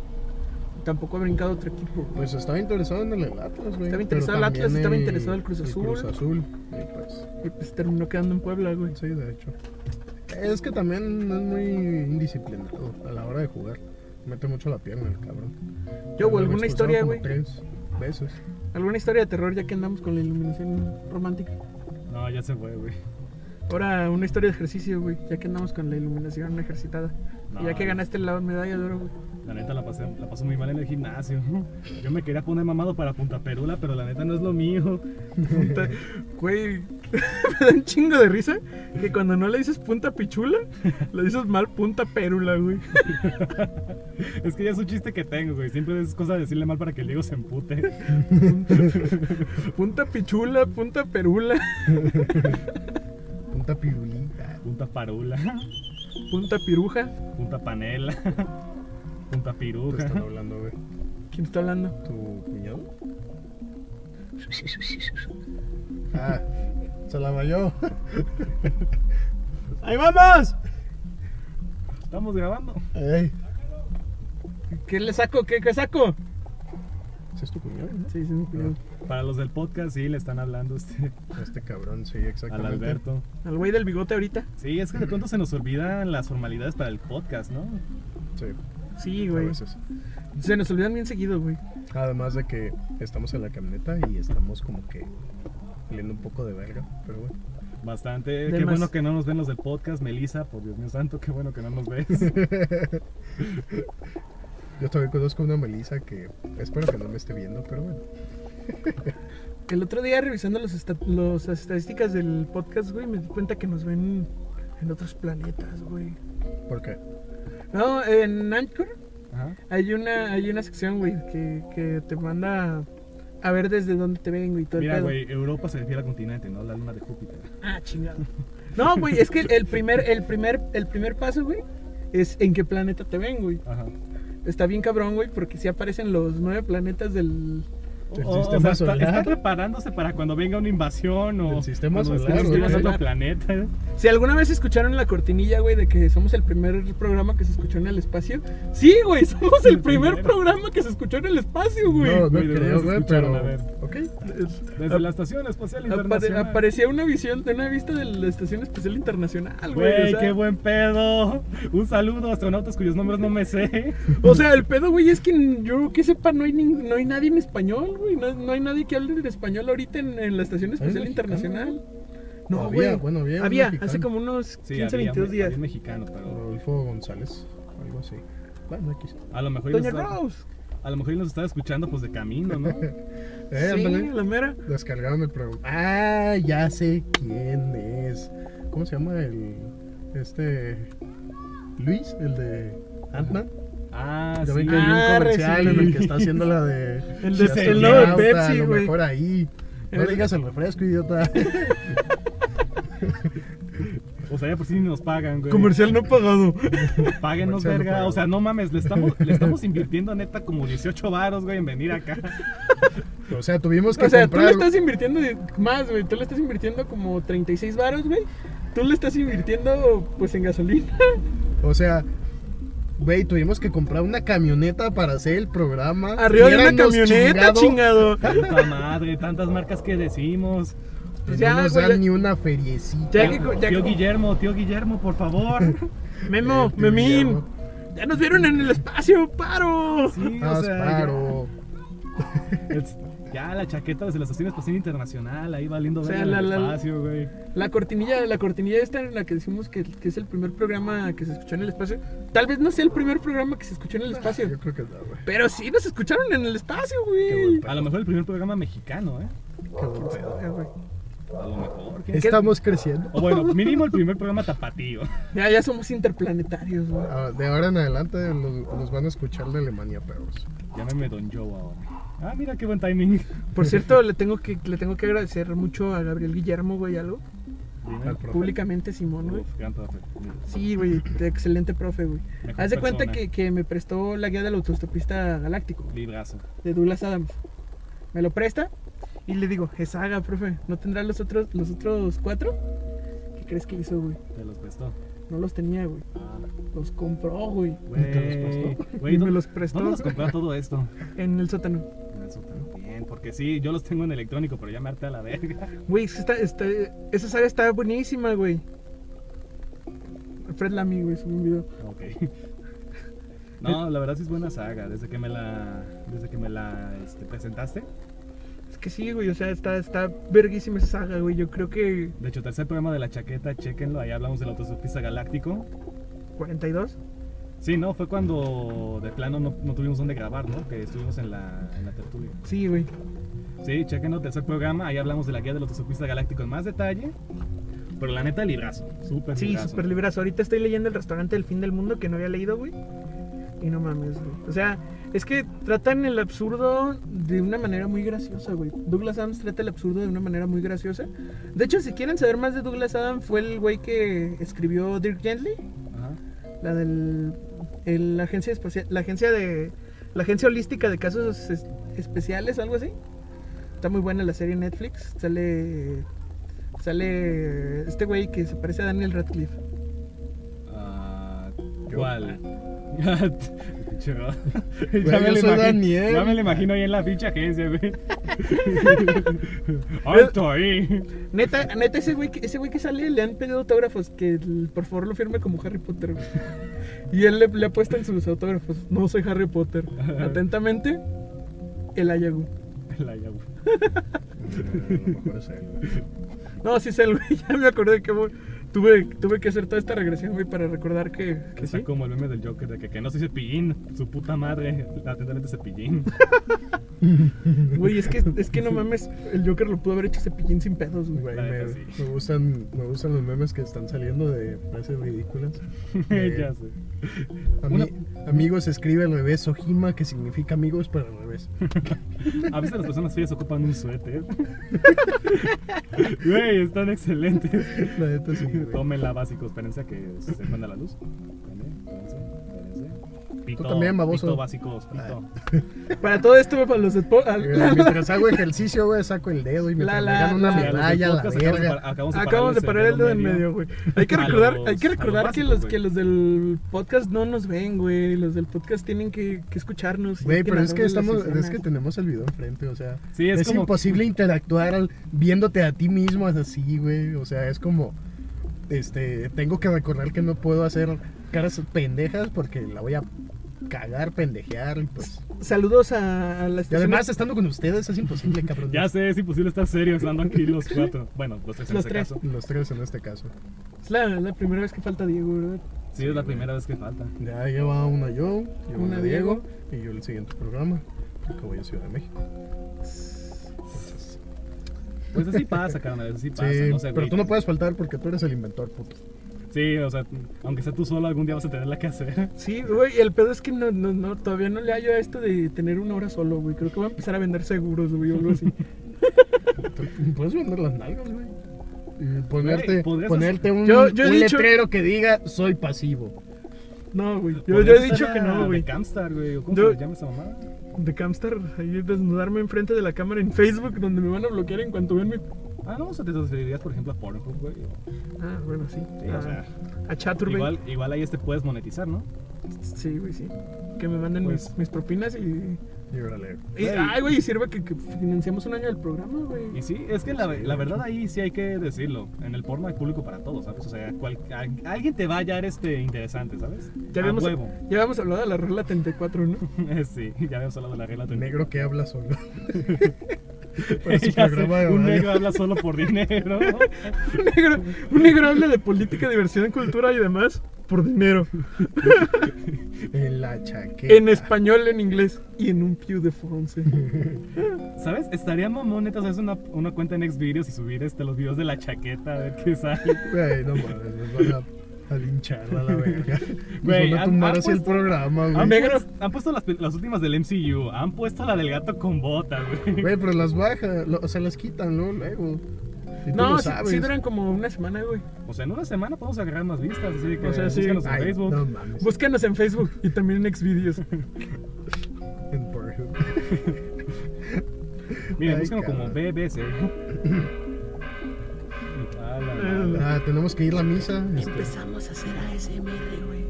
tampoco ha brincado otro equipo. güey. Pues estaba interesado en el Atlas, güey. Estaba pero interesado el también Atlas, estaba interesado el Cruz Azul. Cruz Azul. Y pues, Y pues terminó quedando en Puebla, güey. sí, de hecho. Es que también es muy indisciplinado a la hora de jugar. Mete mucho la pierna el cabrón. Yo, Lo güey, alguna expulsaron historia, como güey. Tres veces. Alguna historia de terror ya que andamos con la iluminación romántica. No, ya se fue, güey. Ahora, una historia de ejercicio, güey. Ya que andamos con la iluminación ejercitada. No, Y ya que ganaste la medalla de oro, güey. La neta la pasé, la paso muy mal en el gimnasio. [LAUGHS] Yo me quería poner mamado para Punta Perula, pero la neta no es lo mío. [LAUGHS] Punta- Güey, [LAUGHS] me da un chingo de risa que cuando no le dices punta pichula, le dices mal punta pérula, güey. Es que ya es un chiste que tengo, güey. Siempre es cosa de decirle mal para que el Diego se empute. [LAUGHS] Punta pichula, punta perula, Punta pirulita. Punta Parula, [LAUGHS] punta piruja. Punta Panela, [LAUGHS] Punta Te están Piruja. hablando, güey. ¿Quién está hablando? ¿Tu cuñado? Ah, se la vayó. ¡Ahí vamos! Estamos grabando. Ey, ¿Qué le saco? ¿Qué, qué saco? ¿sí ¿Es tu cuñado? no? Sí, sí, mi cuñado. Para los del podcast, sí, le están hablando a este, Este cabrón, sí, al exactamente. Alberto. Al güey del bigote ahorita. Sí, es que de pronto se nos olvidan las formalidades para el podcast, ¿no? Sí, Sí, a güey. veces. Se nos olvidan bien seguido, güey. Además de que estamos en la camioneta y estamos como que oliendo un poco de verga, pero bueno. Bastante. De qué más. bueno que no nos ven los del podcast, Melissa, por Dios mío santo, qué bueno que no nos ves. Yo todavía conozco una Melissa que espero que no me esté viendo, pero bueno. El otro día revisando los esta- los- las estadísticas del podcast, güey, me di cuenta que nos ven en otros planetas, güey. ¿Por qué? No, en Anchor Ajá. hay una, hay una sección, güey, que, que te manda a ver desde dónde te ven, güey, todo el Mira, pedo. güey, Europa se refiere al continente, no la luna de Júpiter. Ah, chingado. No, güey, es que el primer, el primer, el primer paso, güey, es en qué planeta te ven, güey. Ajá. Está bien cabrón, güey, porque sí aparecen los nueve planetas del... El O- o- o sistema sea, está- solar. está preparándose para cuando venga una invasión o El sistema cuando solar, conquistemos güey. otro planeta. ¿eh? Si alguna vez escucharon la cortinilla, güey, de que somos el primer programa que se escuchó en el espacio. Sí, güey, somos el El primer primero. programa que se escuchó en el espacio, güey. no, no güey, de creo, verdad se güey, escucharon, pero. a ver. Ok. Desde la Estación Espacial Apare- Internacional. aparecía una visión de una vista de la Estación Espacial Internacional, güey. Güey, o sea- qué buen pedo. Un saludo a astronautas cuyos nombres no me sé. O sea, el pedo, güey, es que yo que sepa, no hay, nin- no hay nadie en español, güey. No, no hay nadie que hable en español ahorita en, en la Estación Espacial mexicano? Internacional. No, Había, güey. bueno, había un hace mexicano. como unos 15, Sí, había- 22 días. había un mexicano, pero Rodolfo González, algo así. Bueno, aquí está. a lo mejor Doña nos está- Rose. a lo mejor nos estaba escuchando pues de [LAUGHS] camino, ¿no? Eh, sí, ándale. la mera. Descargaron el programa. Ah, ya sé quién es. ¿Cómo se llama el. Este. Luis, el de Ant-Man? Ah, Ya sí. ven que hay Ah, un comercial en el sí. que está haciendo la de. [LAUGHS] El de- se hace el logo de flauta, Pepsi, A lo güey. mejor ahí. No El- digas el refresco, idiota. [LAUGHS] O sea, ya por si nos pagan, güey. Comercial no [LAUGHS] pagado. Páguenos, Comercial no verga. pagado. o sea, no mames, le estamos, le estamos invirtiendo neta como 18 varos, güey, en venir acá. O sea, tuvimos que O sea, comprar. tú le estás invirtiendo de- más, güey. Tú le estás invirtiendo como 36 varos, güey. Tú le estás invirtiendo, pues, en gasolina. O sea. Güey, tuvimos que comprar una camioneta para hacer el programa. Arriba de una Hubiéramos camioneta, chingado. chingado, Puta madre, tantas marcas que decimos. y Ya, no nos güey, dan la- ni una feriecita. Ya que- ya tío que- Guillermo, tío Guillermo, por favor. Memo, Eh, te Memín. llamo. Ya nos vieron en el espacio, paro. Sí, o Haz sea, paro. Ya, es- ya la chaqueta desde la Estación Espacial Internacional, ahí valiendo O sea, verga en la- el la- espacio, güey. La cortinilla, la cortinilla esta en la que decimos que, que es el primer programa que se escuchó en el espacio. Tal vez no sea el primer programa que se escuchó en el espacio. Yo creo que no, güey. Pero sí nos escucharon en el espacio, güey. Qué buen A lo mejor el primer programa mexicano, ¿eh? Qué buen pedo. Ah, güey. A lo mejor. ¿quién sabe? Estamos creciendo. O bueno, mínimo el primer programa tapatío. Ya, ya somos interplanetarios, güey. Ah, De ahora en adelante los, los van a escuchar de Alemania, perros. Llámeme Don Joe ahora. Ah, mira qué buen timing. Por cierto, le tengo que, le tengo que agradecer mucho a Gabriel Guillermo, güey, algo. Dime. Al profe. Públicamente, Simón, güey. Uf, gran profe. Sí, güey, excelente profe, güey. Mejor Haz de cuenta persona. que, que me prestó la guía del autostopista galáctico. Librazo. de Douglas Adams. Me lo presta y le digo, es saga, profe, ¿no tendrá los otros, los otros cuatro? ¿Qué crees que hizo, güey? Te los prestó. No los tenía, güey. Ah, Los compró, güey. güey. Güey, [LAUGHS] Y me ¿dó- los prestó. ¿Dónde los compró todo esto? En el sótano. [LAUGHS] Eso también, porque sí, yo los tengo en electrónico, pero ya me harté a la verga. Güey, es que está, está- esa saga está buenísima, güey. Fred Lamy, güey, subió un video. [LAUGHS] Ok. No, la verdad sí es buena saga. Desde que me la, desde que me la este, presentaste. Es que sí, güey, o sea, está, está verguísima esa saga, güey. Yo creo que De hecho, tercer programa de la chaqueta, chequenlo. Ahí hablamos del autostopista galáctico. 42. Sí, no, fue cuando de plano no, no tuvimos dónde grabar, ¿no? Que estuvimos en la, en la tertulia. Sí, güey. Sí, chequenlo, tercer programa. Ahí hablamos de la guía del autostopista galáctico en más detalle. Pero la neta, librazo. Súper Sí, librazo. super librazo. Ahorita estoy leyendo El restaurante del fin del mundo que no había leído, güey. Y no mames, güey. O sea, es que tratan el absurdo de una manera muy graciosa, güey. Douglas Adams trata el absurdo de una manera muy graciosa. De hecho, si quieren saber más de Douglas Adams, fue el güey que escribió Dirk Gently, Ajá. la del el- la agencia espacial, la agencia de la agencia holística de casos es- especiales, algo así. Está muy buena la serie en Netflix. Sale sale este güey que se parece a Daniel Radcliffe. Ah, Yo. ¿Cuál? [LAUGHS] Pinche vato. yo lo soy imagi- Daniel. ya me lo imagino ahí en la pinche agencia, güey. ¡Alto ahí! Neta, neta, ese güey, que- ese güey que sale le han pedido autógrafos que el- por favor lo firme como Harry Potter. güey. Y él le, le ha puesto en sus autógrafos, no soy Harry Potter. Atentamente, el Ayagu. La llave. A lo mejor es él. [LAUGHS] No, sí es el güey, ya me acordé que... tuve, tuve que hacer toda esta regresión, güey, para recordar que, que Está sí. como el meme del Joker de que, que no soy cepillín, su puta madre, atentamente cepillín. Güey, es que, es que no mames, el Joker lo pudo haber hecho cepillín sin pedos, güey. Güey, La me, neta sí. me gustan, me gustan los memes que están saliendo de frases ridículas. De, [LAUGHS] ya sé. ami- Amigos escribe al revés, Ojima, que significa amigos, pero al [LAUGHS] revés. A veces las personas feas ocupan un suéter. Güey, están excelentes. La neta sí, güey. Tómenla básico, espérense a que se manda la luz. Espérense, espérense, espérense. Pito, también, baboso. Pito básicos, pito. Para todo esto, güey, para los despo- [LAUGHS] Mira, al- Mientras hago ejercicio, güey, saco el dedo y me La, la, gano una la. Ya, los del medalla, la podcast acabamos de verga. par- Acabamos de, Acabamos de parar el dedo en medio, güey. Hay que [LAUGHS] A recordar, los- hay que a lo recordar que, básico, los, güey. que los del podcast no nos ven, güey. Los del podcast tienen que, que escucharnos. y Güey, hay pero es que narrarles las estamos, es escenas. que tenemos el video enfrente, o sea, Sí, es es, como- imposible interactuar al- viéndote a ti mismo así, güey, o sea, es como, este, tengo que recordar que no puedo hacer caras pendejas porque la voy a cagar, pendejear, y pues, Saludos a, a la y estación. además estando con ustedes es [LAUGHS] imposible, cabrón. Ya sé, es imposible estar serio [LAUGHS] estando aquí los cuatro. Bueno, los tres en Los este tres. caso. Los tres en este caso. Es la, la primera vez que falta Diego, ¿verdad? Sí, es la primera vez que falta. Ya lleva una yo, lleva Una una Diego, y yo el siguiente programa, porque voy a Ciudad de México. Pues así pasa, carnal, así pasa. Sí, no sé, pero güey. tú no puedes faltar porque tú eres el inventor, puto. Sí, o sea, aunque sea tú solo, algún día vas a tenerla que hacer. Sí, güey. El pedo es que no, no, no, todavía no le hallo a esto de tener una hora solo, güey. Creo que va a empezar a vender seguros, güey, o algo [LAUGHS] así. Tú- Puedes vender las nalgas, güey. Y Güey, ponerte, podrías ponerte un, Yo- yo he un dicho- letrero que diga soy pasivo. No, güey. Yo, yo he dicho que no, güey. De Camstar, güey. o ¿Cómo Yo- se llama esa mamá? De Camstar, ahí desnudarme enfrente de la cámara en Facebook, donde me van a bloquear en cuanto vean mi. Ah, no, o sea, te transferirías, por ejemplo, a Pornhub, güey. o- Ah, bueno, sí. Sí, Ah, o sea, a Chaturbate. igual, igual ahí este puedes monetizar, ¿no? Sí, güey, sí. Que me manden Pues- mis, mis propinas y. Y órale. y- Güey. ay, güey, y sirve que, que financiamos un año del programa, güey. Y sí, es que la, la verdad ahí sí hay que decirlo. En el porno hay público para todos, ¿sabes? O sea, cual- a- alguien te va a hallar este interesante, ¿sabes? Ya A habíamos, huevo. [LAUGHS] ya habíamos hablado de la regla 34, ¿no? [LAUGHS] sí, ya habíamos hablado de la regla [LAUGHS] 30. Negro que habla solo. [LAUGHS] Para su Ya sé, programa de un radio. negro habla solo por [LAUGHS] dinero. Un negro, un negro habla de política, diversión, cultura y demás por dinero. En la chaqueta. En español, en inglés y en un pew de Fonse. ¿Sabes? Estaría mamón, neta, hacer una, una cuenta en Xvideos y subir este, los videos de la chaqueta a ver qué sale. Güey, no mames, nos van a, a linchar a la verga. Nos Güey, van a han- tumbar han así el puesto- programa, Han, güey. Negro. puesto- han puesto las, las últimas del MCU, han puesto la del gato con bota, güey. Güey, pero las baja, lo- o sea, las quitan luego, luego. Y tú No, lo sí, sabes. sí duran como una semana, güey. O sea, en una semana podemos agarrar más vistas, así que O sea, sí. búscanos en Ay, Facebook. No mames. Búscanos en Facebook y también en [LAUGHS] Xvideos. En Pornhub. Miren, Ay, búscanos como cabrón. [CLEARS THROAT] BBC. Ah, la madre. Ah, tenemos que ir a la misa. este, Empezamos a hacer ASMR, güey.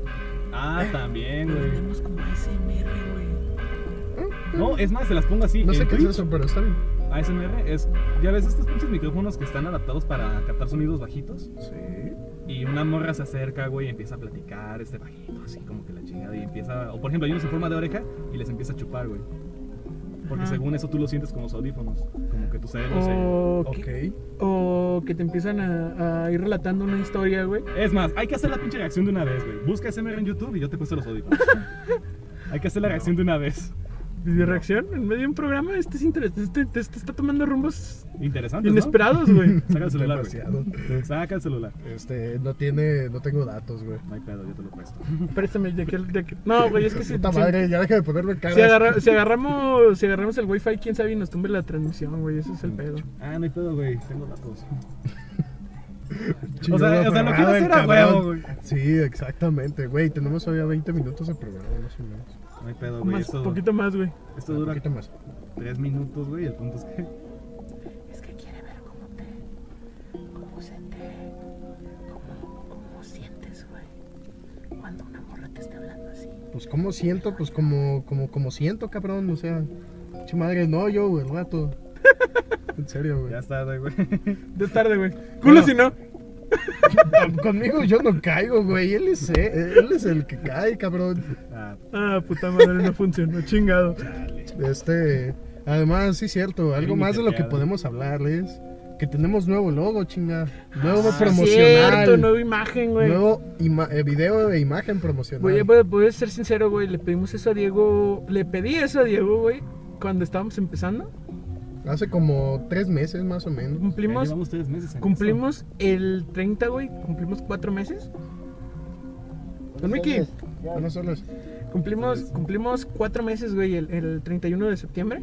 ah, también, Nos güey. vendemos como ASMR, güey. No, es más, se las pongo así. No sé en qué es Twitch, eso, pero está bien. ASMR es, ya ves, estos pinches micrófonos que están adaptados para captar sonidos bajitos. Sí. Y una morra se acerca, güey, y empieza a platicar, este bajito, así como que la chingada, y empieza, o por ejemplo, hay unos en forma de oreja y les empieza a chupar, güey. Porque Ajá. Oh. según eso tú lo sientes con los audífonos, como que tu cerebro O, que- Ok. o que te empiezan a, a ir relatando una historia, güey. se... Es más, hay que hacer la pinche reacción de una vez, güey. Busca SMR en YouTube y yo te puesto [LAUGHS] los audífonos. hay que hacer la reacción de una vez. Video reacción en medio de un programa. Este es interesante. Este, este- este está tomando rumbos Interesante, ¿no? inesperados, [LAUGHS] güey. Saca el celular, Demasiado. güey. Saca el celular. Este, no tiene, no tengo datos, güey. No hay pedo, yo te lo presto. Préstame de que, de que- No, güey, es que si, Puta si- madre, ya deja de ponerme caras. si agarra- si agarramos, si agarramos el wifi, quién sabe y nos tumbe la transmisión, güey. Ese es el pedo. Ah, no hay pedo, güey. Tengo datos. Chingado O sea- o sea, lo quiero aferrado, hacer el a cabrón. huevo, güey. Sí, exactamente, güey. Tenemos todavía 20 minutos de programa, más o menos. No hay pedo, güey. Más, Esto, poquito más, güey. esto Un dura poquito más. tres minutos, güey. El punto es que... Es que quiere ver cómo te. cómo se te. cómo, cómo sientes, güey. Cuando una morra te está hablando así. Pues, ¿cómo siento? Pues, como, como, como siento, cabrón. O sea, che madre, no, yo, güey, el rato. En serio, Pues. güey. Ya está, güey. [LAUGHS] De tarde, güey. Culo si no. Conmigo yo no caigo, güey. Él es, él es el que cae, cabrón. Ah, Ah, puta madre, no funcionó. Chingado. Este, además, sí, cierto, algo Bien más de lo que intercalado. podemos hablarles Que tenemos nuevo logo, chinga. Nuevo Ah, promocional. Cierto, nueva imagen, güey. pues- Nuevo ima- eh, video e imagen promocional. Güey, voy, voy a ser sincero, güey. Le pedimos eso a Diego. Le pedí eso a Diego, güey. Cuando estábamos empezando. Hace como tres meses más o menos. Ya Cumplimos, llevamos tres meses en cumplimos el 30, güey. Cumplimos cuatro meses. Don Miki, Bueno, solo es- cumplimos, cumplimos cuatro meses, güey, el, el 31 de septiembre.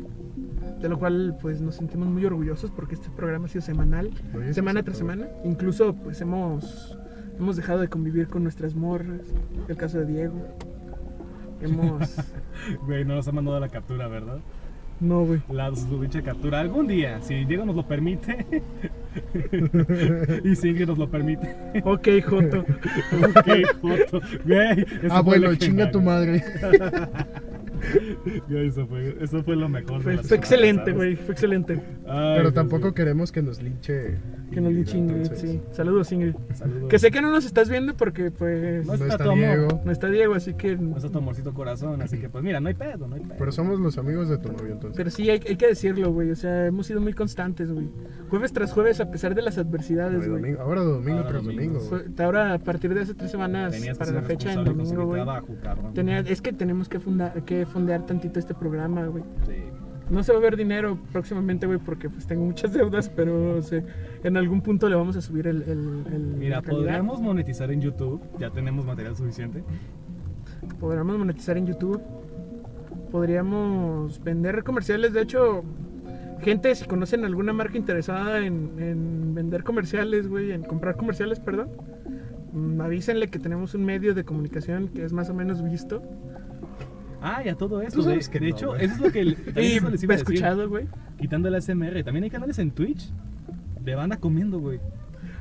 De lo cual, pues, nos sentimos muy orgullosos porque este programa ha sido semanal. Oye, semana sí, tras pero- semana. Incluso, pues, hemos, hemos dejado de convivir con nuestras morras. El caso de Diego. Hemos... eso. Güey, no nos ha mandado la captura, ¿verdad? No, güey. La su dicha captura. Algún día, si Diego nos lo permite. [LAUGHS] y si Ingrid nos lo permite. [LAUGHS] Ok, Joto. Qué joto. Güey, eso Ah, fue bueno, legendario. chinga tu madre. [LAUGHS] Güey, eso, fue, eso fue lo mejor. de Fue, la fue semana, excelente, ¿sabes? güey. Fue excelente. Ay, Pero Dios tampoco queremos que nos linche. Que nos dicha Ingrid, Entonces, sí. Saludos, Ingrid. mío. Saludos. Que sé que no nos estás viendo porque, pues, No No está está tu amor. Diego. no está Diego, así que... No está tu amorcito corazón, así que pues mira, no hay pedo, no hay pedo. Pero somos los amigos de tu novio, entonces. Pero sí, hay, hay que decirlo, güey. O sea, hemos sido muy constantes, güey. Jueves tras jueves, a pesar de las adversidades, Ahora güey. domingo- Ahora domingo Ahora tras domingo. domingo. güey. Fue- Ahora, a partir de hace tres semanas, Tenías que para ser la fecha del responsable con domingo, tu güey. trabajo, cabrón. tenía- Es que tenemos que, fundar, que fondear tantito este programa, güey. Sí. No se va a ver dinero próximamente, güey, porque pues tengo muchas deudas, pero o sea, en algún punto le vamos a subir el... el, el Mira, la calidad. podríamos monetizar en YouTube, ya tenemos material suficiente. Podríamos monetizar en YouTube. Podríamos vender comerciales. De hecho, gente, si conocen alguna marca interesada en, en vender comerciales, güey, en comprar comerciales, perdón, mm, avísenle que tenemos un medio de comunicación que es más o menos visto. Ah, y a todo eso, Tú de, sabes que de no, hecho, güey. eso es lo [LAUGHS] que, le- también Y eso les he iba a decir, escuchado, güey. quitando la SMR, también hay canales en Twitch de banda comiendo, güey.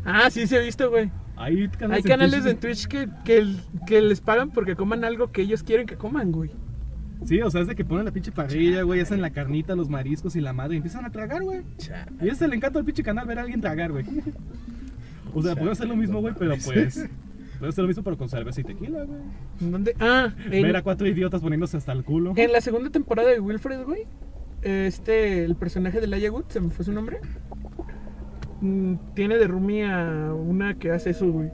Ah, sí, se ha visto, güey. Hay canales, Hay en canales en Twitch Twitch. que, que, que les pagan porque coman algo que ellos quieren que coman, güey. Sí, o sea, es de que ponen la pinche parrilla, güey, hacen la carnita, los mariscos y la madre, y empiezan a tragar, güey. Y ese es el encanto del pinche canal, ver a alguien tragar, güey. O sea, podemos hacer lo mismo, güey, pero pues... Podemos hacer lo mismo, pero con cerveza y tequila, güey. ¿En ¿Dónde? Ah, en- Ver a cuatro idiotas poniéndose hasta el culo. En la segunda temporada de Wilfred, güey, este, el personaje de Laia Wood, se me fue su nombre, mm, tiene de roomie a una que hace eso, güey.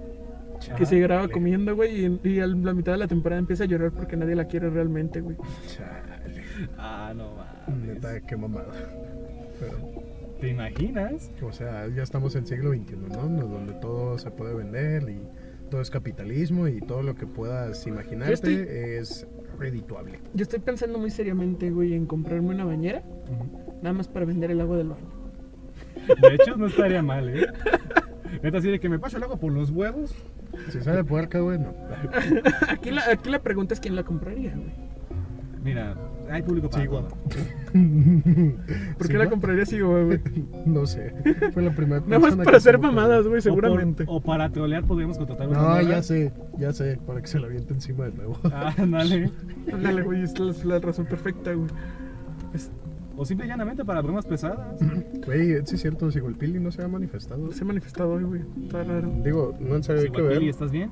Que se graba comiendo, güey, y, y a la mitad de la temporada empieza a llorar porque nadie la quiere realmente, güey. Chale, Ah, no mames. Neta, qué mamada. Pero, ¿Te imaginas? o sea, ya estamos en siglo XXI, ¿no? No, Donde todo se puede vender y todo es capitalismo y todo lo que puedas imaginarte estoy- es redituable. Yo estoy pensando muy seriamente, güey, en comprarme una bañera, nada más para vender el agua del baño. De hecho, no estaría mal, ¿eh? Neta, así de que me paso el agua por los huevos. Si sale puerca, güey, no. [LAUGHS] Aquí la, aquí la pregunta es quién la compraría, güey. Mira, hay público para Sí, [LAUGHS] todo. guapa. ¿Por Sí, qué la ¿no? compraría así, [LAUGHS] güey? [LAUGHS] No sé. Fue la primera Nada más persona para que se hacer me ocurrió. mamadas, güey, O por- seguramente. O, para trolear podríamos contratar una No, morra. Ah, ya sé, ya sé, para que se la aviente encima de nuevo. [LAUGHS] Ah, dale. [LAUGHS] Ándale, güey, es la, la razón perfecta, güey. O simple y llanamente para bromas pesadas. Güey, sí es cierto, si Golpili no se ha manifestado. Se ha manifestado hoy, güey. Está raro. Digo, no han sabido Sí, qué Guapili, ver. ¿estás bien?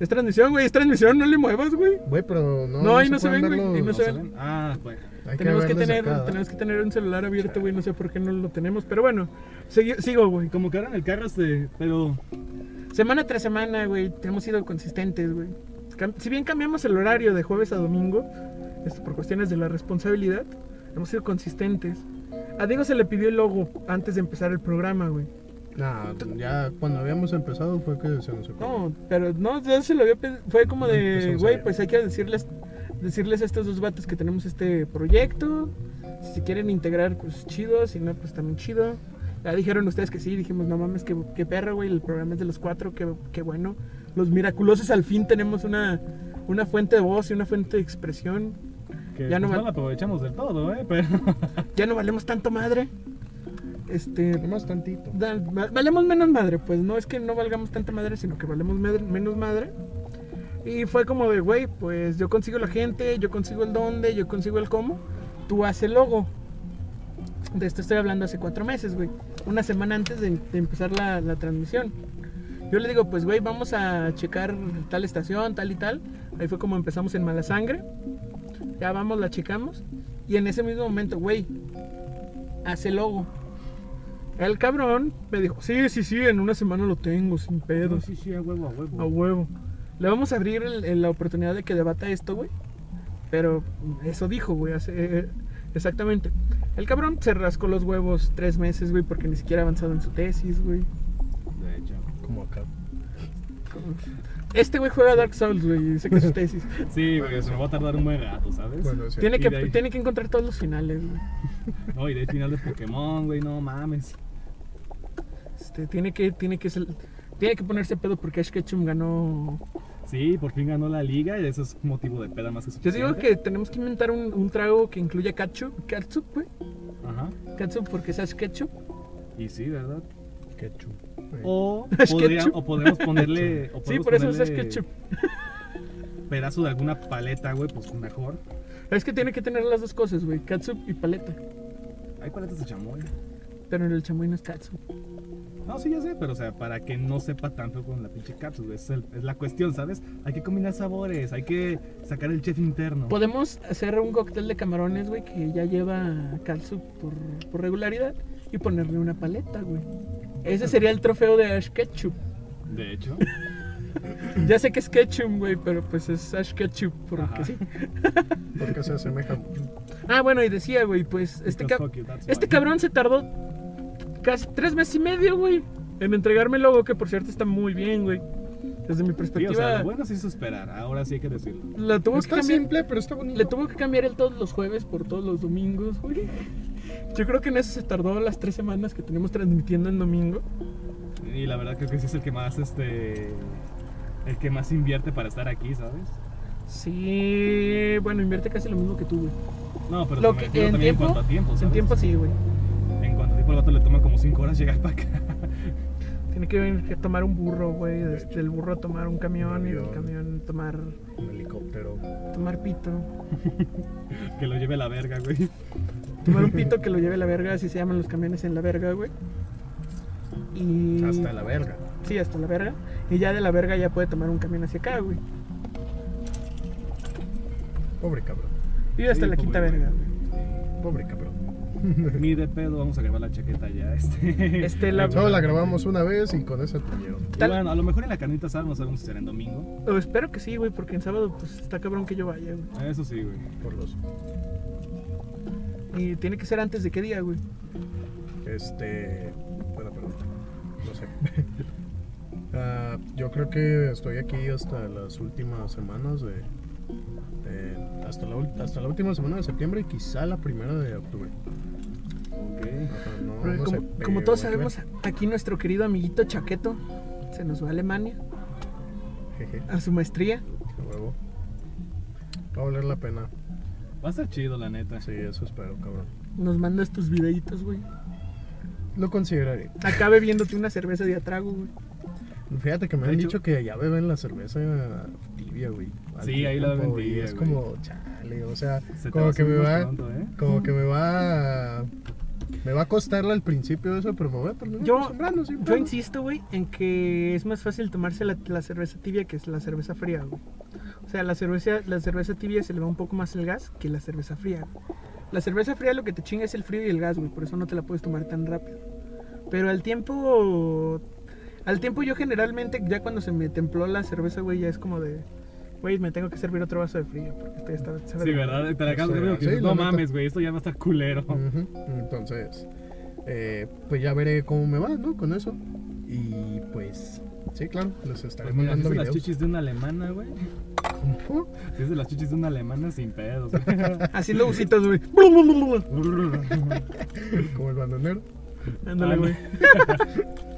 Es transmisión, güey, es transmisión, no le muevas, güey. Güey, pero no. No, ahí no se pueden ven, güey, verlo. ahí no se ¿Se ven. ven? Ah, bueno. Hay Tenemos que, verlo desde tener, acá, ¿eh? tenemos que tener un celular abierto, güey, no sé por qué no lo tenemos, pero bueno, segui- sigo, güey. Como que ahora en el carro este, pero Semana tras semana, güey, hemos sido consistentes, güey. Cam- Si bien cambiamos el horario de jueves a domingo, esto por cuestiones de la responsabilidad, hemos sido consistentes. A Diego se le pidió el logo antes de empezar el programa, güey. Nah, ya cuando habíamos empezado fue que se nos ocurrió. No, pero no, yo se lo había pedido. Fue como Pues, de, vamos güey, allá. pues hay que decirles, decirles a estos dos vatos que tenemos este proyecto. Si se quieren integrar, pues chido. Si no, pues también chido. Ya dijeron ustedes que sí. Dijimos, no mames, qué, qué perro, güey. El programa es de los cuatro, qué, qué bueno. Los miraculosos al fin tenemos una, una fuente de voz y una fuente de expresión. que Ya no pues, va- no la aprovechamos del todo, ¿eh? [LAUGHS] Pero Ya no valemos tanto madre. Este, Nomás tantito. Da- va- valemos menos madre, pues no es que no valgamos tanta madre, sino que valemos madre- menos madre. Y fue como de, güey, pues yo consigo la gente, yo consigo el dónde, yo consigo el cómo, tú haces el logo. De esto estoy hablando hace cuatro meses, güey. Una semana antes de, de empezar la, la transmisión. Yo le digo, pues, güey, vamos a checar tal estación, tal y tal. Ahí fue como empezamos en Mala Sangre. Ya vamos, la checamos. Y en ese mismo momento, güey, hace el logo. El cabrón me dijo, sí, sí, sí, en una semana lo tengo, sin No, pedos, sí, sí, a huevo, a huevo. a huevo. Le vamos a abrir el- el- la oportunidad de que debata esto, güey. Pero eso dijo, güey, hace- eh, exactamente. El cabrón se rascó los huevos tres meses, güey, porque ni siquiera ha avanzado en su tesis, güey. De hecho. Como acá. Este güey juega Dark Souls, güey, y dice que es su tesis. [LAUGHS] Sí, porque se me va a tardar un buen rato, ¿sabes? Bueno, sí. Tiene Y que, de ahí- tiene que encontrar todos los finales, güey. No, y de ahí final de Pokémon, güey, no mames. Este, tiene que, tiene que ser- tiene que ponerse pedo porque Ash Ketchum ganó. Sí, por fin ganó la liga y eso es motivo de peda más que Yo digo suficiente. que tenemos que inventar un, un trago que incluya ketchup, ketchup, güey. Ajá. Ketchup porque es Ash Ketchum. Y sí, ¿verdad? Ketchup. O, [LAUGHS] Es podría- ketchup. o podemos ponerle. o Sí, podemos por eso es Ash ponerle Ketchum. Pedazo de alguna paleta, güey, pues mejor. Es que tiene que tener las dos cosas, güey, ketchup y paleta. Hay paletas de chamoy. Pero en el chamoy no es ketchup. No, sí, ya sé, pero o sea, para que no sepa tanto con la pinche cápsula. Es, el- es la cuestión, ¿sabes? Hay que combinar sabores, hay que sacar el chef interno. Podemos hacer un cóctel de camarones, güey, que ya lleva ketchup por, por regularidad y ponerle una paleta, güey. Ese sería el trofeo de Ash Ketchum. De hecho, Ya sé que es Ketchum, güey, pero pues es Ash Ketchum porque Ajá. sí. Porque se asemeja mucho. Ah, bueno, y decía, güey, pues este, Because cab- fuck you, that's este why. cabrón se tardó casi tres meses y medio, güey, en entregarme el logo, que por cierto está muy bien, güey. Desde mi Sí, perspectiva, o sea, lo bueno sí es esperar, ahora sí hay que decirlo. la tuvo que Está cambiar, simple, pero está bonito. le tuvo que cambiar el todos los jueves por todos los domingos, güey. Yo creo que en eso se tardó las tres semanas que tenemos transmitiendo en domingo. Y la verdad creo que sí es el que más, este... El que más invierte para estar aquí, ¿sabes? Sí, bueno, invierte casi lo mismo que tú, güey. No, pero Lo me que- refiero en también tiempo- en cuanto a tiempo, ¿sabes? En tiempo sí, güey. En cuanto a tiempo, al vato le toma como 5 horas llegar para acá. [LAUGHS] Tiene que venir a tomar un burro, güey, desde el burro a tomar un camión y del Avión. camión tomar Un helicóptero. tomar pito. Que lo lleve a la verga, güey. Tomar un pito que lo lleve a la verga, así se llaman los camiones en la verga, güey. Y... Hasta la verga. Sí, hasta la verga. Y ya de la verga ya puede tomar un camión hacia acá, güey. Pobre cabrón. Y hasta Sí, la pobre quinta güey. verga, güey. Pobre cabrón. [LAUGHS] Ni de pedo vamos a grabar la chaqueta ya, este... [LAUGHS] Este, la... Solo la grabamos una vez y con esa tuvieron. Y Tal- bueno, a lo mejor en la carnita asada no sabemos si será en domingo. Oh, espero que sí, güey, porque en sábado pues está cabrón que yo vaya, güey. Eso sí, güey. Por los. Y tiene que ser antes de qué día, güey. Este. Buena pregunta. No sé. [LAUGHS] Ah, yo creo que estoy aquí hasta las últimas semanas de. de- hasta, la, ul- hasta la última semana de septiembre y quizá la primera de octubre. Ok. Ajá, no, Porque no sé, como, pero como todos hay que ver. sabemos, aquí nuestro querido amiguito Chaqueto se nos va a Alemania Jeje, a su maestría. a huevo. Va a valer la pena. Va a estar chido, la neta. Sí, eso espero, cabrón. Nos mandas tus videitos, güey. Lo consideraré. Acá bebiéndote una cerveza de atrago, güey. Fíjate que me De han hecho- dicho que ya beben la cerveza tibia, güey. al Sí, ahí tiempo, la beben güey, tibia, Es güey. como, chale, o sea, Se te va como que a hacer me muy va. pronto, ¿eh? Como que me va. Me va a costarla al principio eso, pero me voy a terminar Yo, acostumbrando, sin yo pedo. insisto, güey, en que es más fácil tomarse la, la cerveza tibia que es la cerveza fría, güey. O sea, la cerveza, la cerveza tibia se le va un poco más el gas que la cerveza fría. güey. La cerveza fría lo que te chinga es el frío y el gas, güey, por eso no te la puedes tomar tan rápido. Pero al tiempo, al tiempo yo generalmente, ya cuando se me templó la cerveza, güey, ya es como de, güey, me tengo que servir otro vaso de frío porque este ya está... se va Sí, de- ¿verdad? Te la acabas de ver, Sí, que dices, la no neta. Mm, mames, güey, esto ya va a estar culero. Ujú, Entonces, eh, pues ya veré cómo me va, ¿no? Con eso. Y pues, sí, claro, les estaré Pues mira, si mandando es de las videos. chichis de una alemana, güey. Ujú. Si es de las chichis de una alemana, sin pedos. güey. [LAUGHS] Haciendo busitos, güey. [LAUGHS] Como el [LAUGHS] bandonero. Ándale, Ah, güey.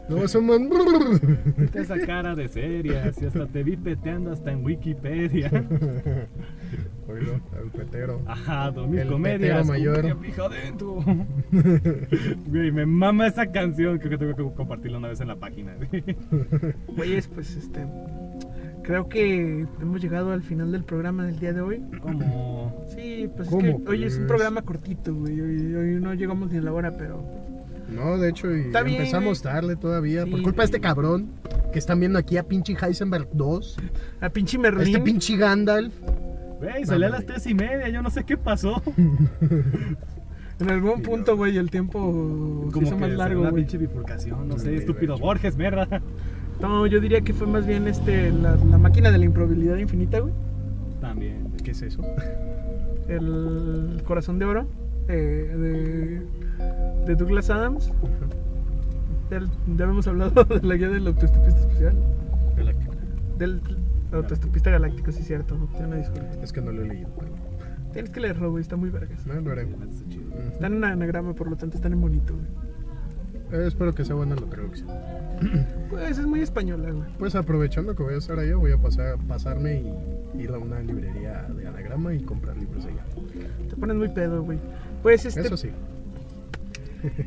No es un man. [LAUGHS] no, Esa cara de seria, si hasta te vi peteando hasta en Wikipedia. Oílo, el petero. Ajá, dormir El comedias. tetero mayor. cumbia, pija adentro. Güey, me mama esa canción. Creo que tengo que compartirla una vez en la página, güey. Güeyes, pues este. Creo que hemos llegado al final del programa del día de hoy. Como. Sí, pues ¿Cómo es que hoy es un crees? programa cortito, güey. Hoy, hoy no llegamos ni a la hora, pero. No, de hecho, y Está bien, empezamos tarde todavía. Sí, por culpa de este cabrón que están viendo aquí a pinche Heisenberg 2. A pinche a Merlín. Este pinche Gandalf. Güey, salí a Mamá, las güey. tres y media, yo no sé qué pasó. En algún punto, güey, el tiempo se Como hizo que más se largo, da una güey. pinche bifurcación, no Sí, sé, de estúpido hecho. Borges, mierda. No, yo diría que fue más bien este, la, la máquina de la improbabilidad infinita, güey. [LAUGHS] También. ¿Qué es eso? El corazón de oro eh, de, de Douglas Adams. Del- ya habíamos hablado [LAUGHS] de la guía del autoestupista especial. Galáctica. Del autoestupista galáctico, sí, cierto. Te una disculpa. Es que no lo he leído. Tienes que leerlo, güey, está muy vergas. No, lo haré. Está chido. Mm. Está en un anagrama, por lo tanto, está en bonito, güey. Eh, espero que sea buena la traducción. Pues es muy española, güey. Pues aprovechando que voy a estar allá, voy a pasar, pasarme y ir a una librería de anagrama y comprar libros allá. Te pones muy pedo, güey. Pues este. Eso sí.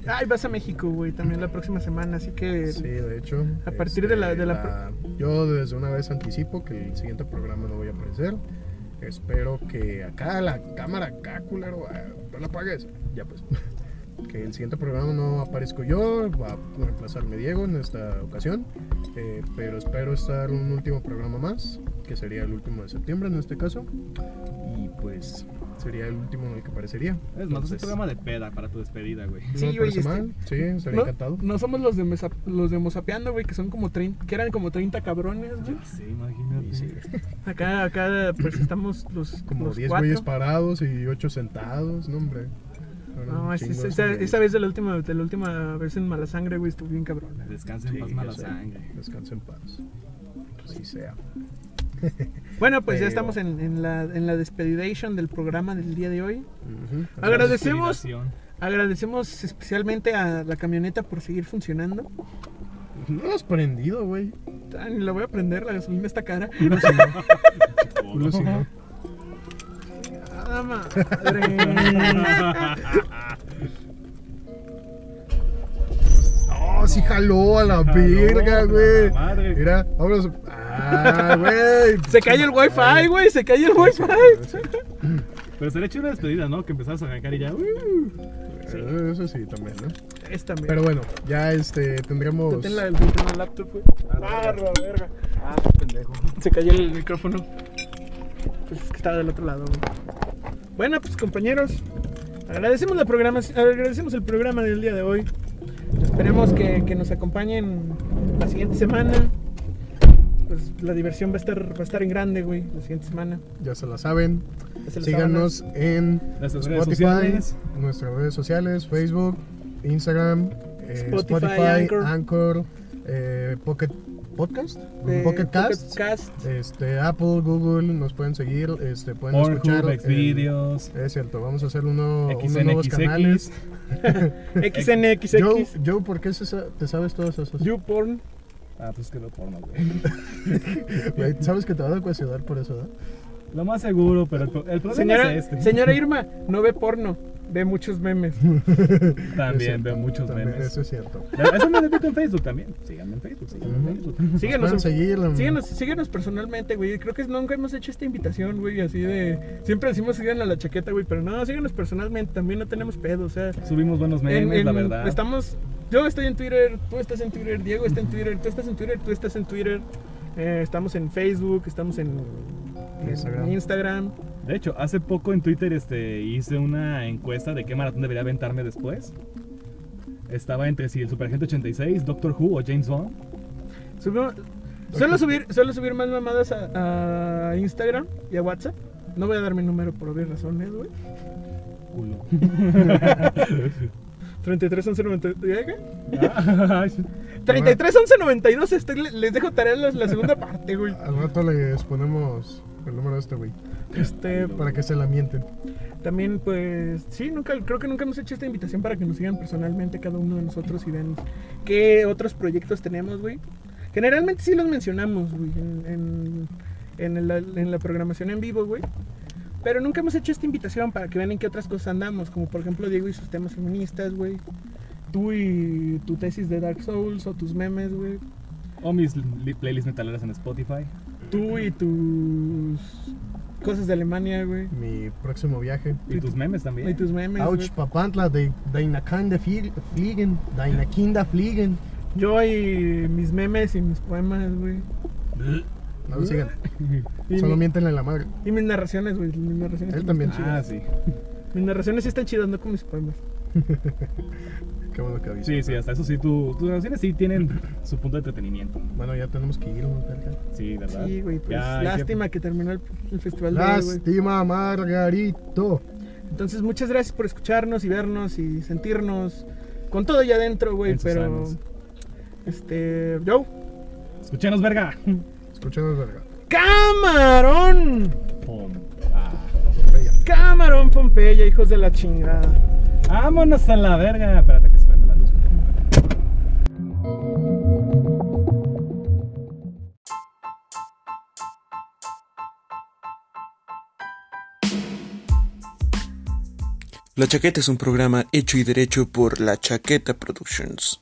Ay, vas a México, güey, también la próxima semana, así que. Sí, de hecho. este, A partir de la- de la Yo desde una vez anticipo que el siguiente programa no voy a aparecer. Espero que acá la cámara, acá, culero, ah, no la apagues. Ya pues. [LAUGHS] Que el siguiente programa no aparezco yo, va a reemplazarme Diego en esta ocasión. Eh, pero espero estar un último programa más, que sería el último de septiembre en este caso. Y pues sería el último en el que aparecería. Es más, es un Entonces, programa de peda para tu despedida, güey. no Sí, me oye, parece este- mal. Sí, estaría No, encantado. no somos los de, mesa- los de Mozapeando, güey, que son como 30, que eran como 30 cabrones, güey. Sí, imagínate. Y sí, Acá, acá, pues estamos los [LAUGHS] Como los 10 cuatro. güeyes parados y 8 sentados, no hombre. Ahora No, un es- es- chingo esa, de- esa vez de la última, de la última vez en mala sangre, güey, estuvo bien cabrón. güey. Descansa en Sí, paz ya mala sé. sangre. Descansa en paz. Así sea. Bueno, pues ya Pero- estamos en, en la, en la despedidation del programa del día de hoy. Ujú. Agradecemos, [LAUGHS] Respiración. agradecemos especialmente a la camioneta por seguir funcionando. No lo has prendido, güey. Ah, ni la voy a prender, la gasolina está cara. Culo si no. Nada madre. Oh, sí jaló a la Jaló, verga, la güey. madre. Mira, vámonos. Ah, güey. Se cae el wifi, güey, se cae el wifi. Pero sería chido una despedida, ¿no? Que empezaras a arrancar y ya. ¡uh! Eh, Eso sí, también, ¿no? Es también. Pero bueno, ya este, tendremos. Detén la del filtro en el laptop, güey. Ah, la verga. Ah, pendejo. [LAUGHS] Se cayó el micrófono. Pues es que estaba del otro lado, güey. Bueno, pues compañeros, agradecemos, la programa, agradecemos el programa del día de hoy. Esperemos que, que nos acompañen la siguiente semana. Pues la diversión va a estar, va a estar en grande, güey, la siguiente semana. Ya se la saben. Es el Síganos en Nuestras redes Spotify, sociales. nuestras redes sociales, Facebook, Instagram, eh, Spotify, Spotify, Anchor. Anchor, eh, Pocket Podcast, sábado. Eh, Pocket Cast, Pocket Cast. este, Apple, Google, nos pueden seguir, este, pueden escuchar. uh, Pornhub, en- Xvideos. es cierto, vamos a hacer uno, unos nuevos XNXX. canales. Joe, XNXX. Joe, ¿por qué se sa- te sabes todas esas? YouPorn. Ah, pues quedó porno, güey. Güey, ¿Sabes que te van a cuestionar por eso? ¿verdad? Lo más seguro, pero el, pro- el problema Señora, es este. señora Irma, no ve porno, ve muchos memes. Es También cierto, veo muchos también, memes. Eso es cierto. Eso me dedico en Facebook también. Síganme en Facebook, síganme en Ujú. Facebook. Síguenos, Pueden em, en- seguirlo. síguenos, síguenos personalmente, güey. Creo que nunca hemos hecho esta invitación, güey, así de... Siempre decimos síganos a la chaqueta, güey, pero no, síguenos personalmente, también no tenemos pedo, o sea... Subimos buenos memes, en- en- la verdad. Estamos... Yo estoy en Twitter, tú estás en Twitter, Diego está en Twitter, tú estás en Twitter, tú estás en Twitter. eh, estamos en Facebook, estamos en, en Instagram. Instagram. De hecho, hace poco en Twitter este, hice una encuesta de qué maratón debería aventarme después. Estaba entre si el Superagente 86, Doctor Who o James Bond. Subimos- Suelo subir, suelo subir más mamadas a, a Instagram y a WhatsApp. No voy a dar mi número por obvias razones, güey. [LAUGHS] Culo. [LAUGHS] 33 11 92. ¿eh? Ah, 33 11 92. Este, le- les dejo tarea la, la segunda parte, güey. Al rato les ponemos el número de este güey, [LAUGHS] Este, para que se la mienten. también, pues, sí, nunca, creo que nunca hemos hecho esta invitación para que nos sigan personalmente cada uno de nosotros y vean qué otros proyectos tenemos, güey. Generalmente sí los mencionamos, güey, en, en- en la, en la programación en vivo, güey. Pero nunca hemos hecho esta invitación para que vean en qué otras cosas andamos, como por ejemplo Diego y sus temas feministas, güey. Tú y tu tesis de Dark Souls o tus memes, güey. o mis li- playlists metaleras en Spotify. Tú y tus cosas de Alemania, güey. Mi próximo viaje. Y tus memes también. Y tus memes. Ouch, güey. papantla, de Dainakanda fil- fliegen, Dainakinda fliegen. Yo y mis memes y mis poemas, güey. No lo [LAUGHS] sigan, Y, solo mi- mientenle la madre. y mis narraciones, güey. Mis narraciones Él también están también. Ah, sí. chidas. Mis narraciones sí están chidas, no con mis palmas. Qué bueno que avisas. Sí, sí, hasta eso sí, tu- tus relaciones sí tienen su punto de entretenimiento. Bueno, ya tenemos que irnos, verga. Sí, ¿verdad? Sí, güey, pues Ya hay que- lástima que terminó el, el festival de hoy, güey. Lástima, Margarito. Entonces, muchas gracias por escucharnos y vernos y sentirnos con todo ya adentro, güey, En sus pero... almas. Este... Yo. Escúchanos, verga. Escúchanos, verga. ¡Camarón! Pum. Ah. Bella. ¡Camarón Pompeya, hijos de la chingada! Vámonos a la verga. Espérate que se prende la luz. La Chaqueta es un programa hecho y derecho por La Chaqueta Productions.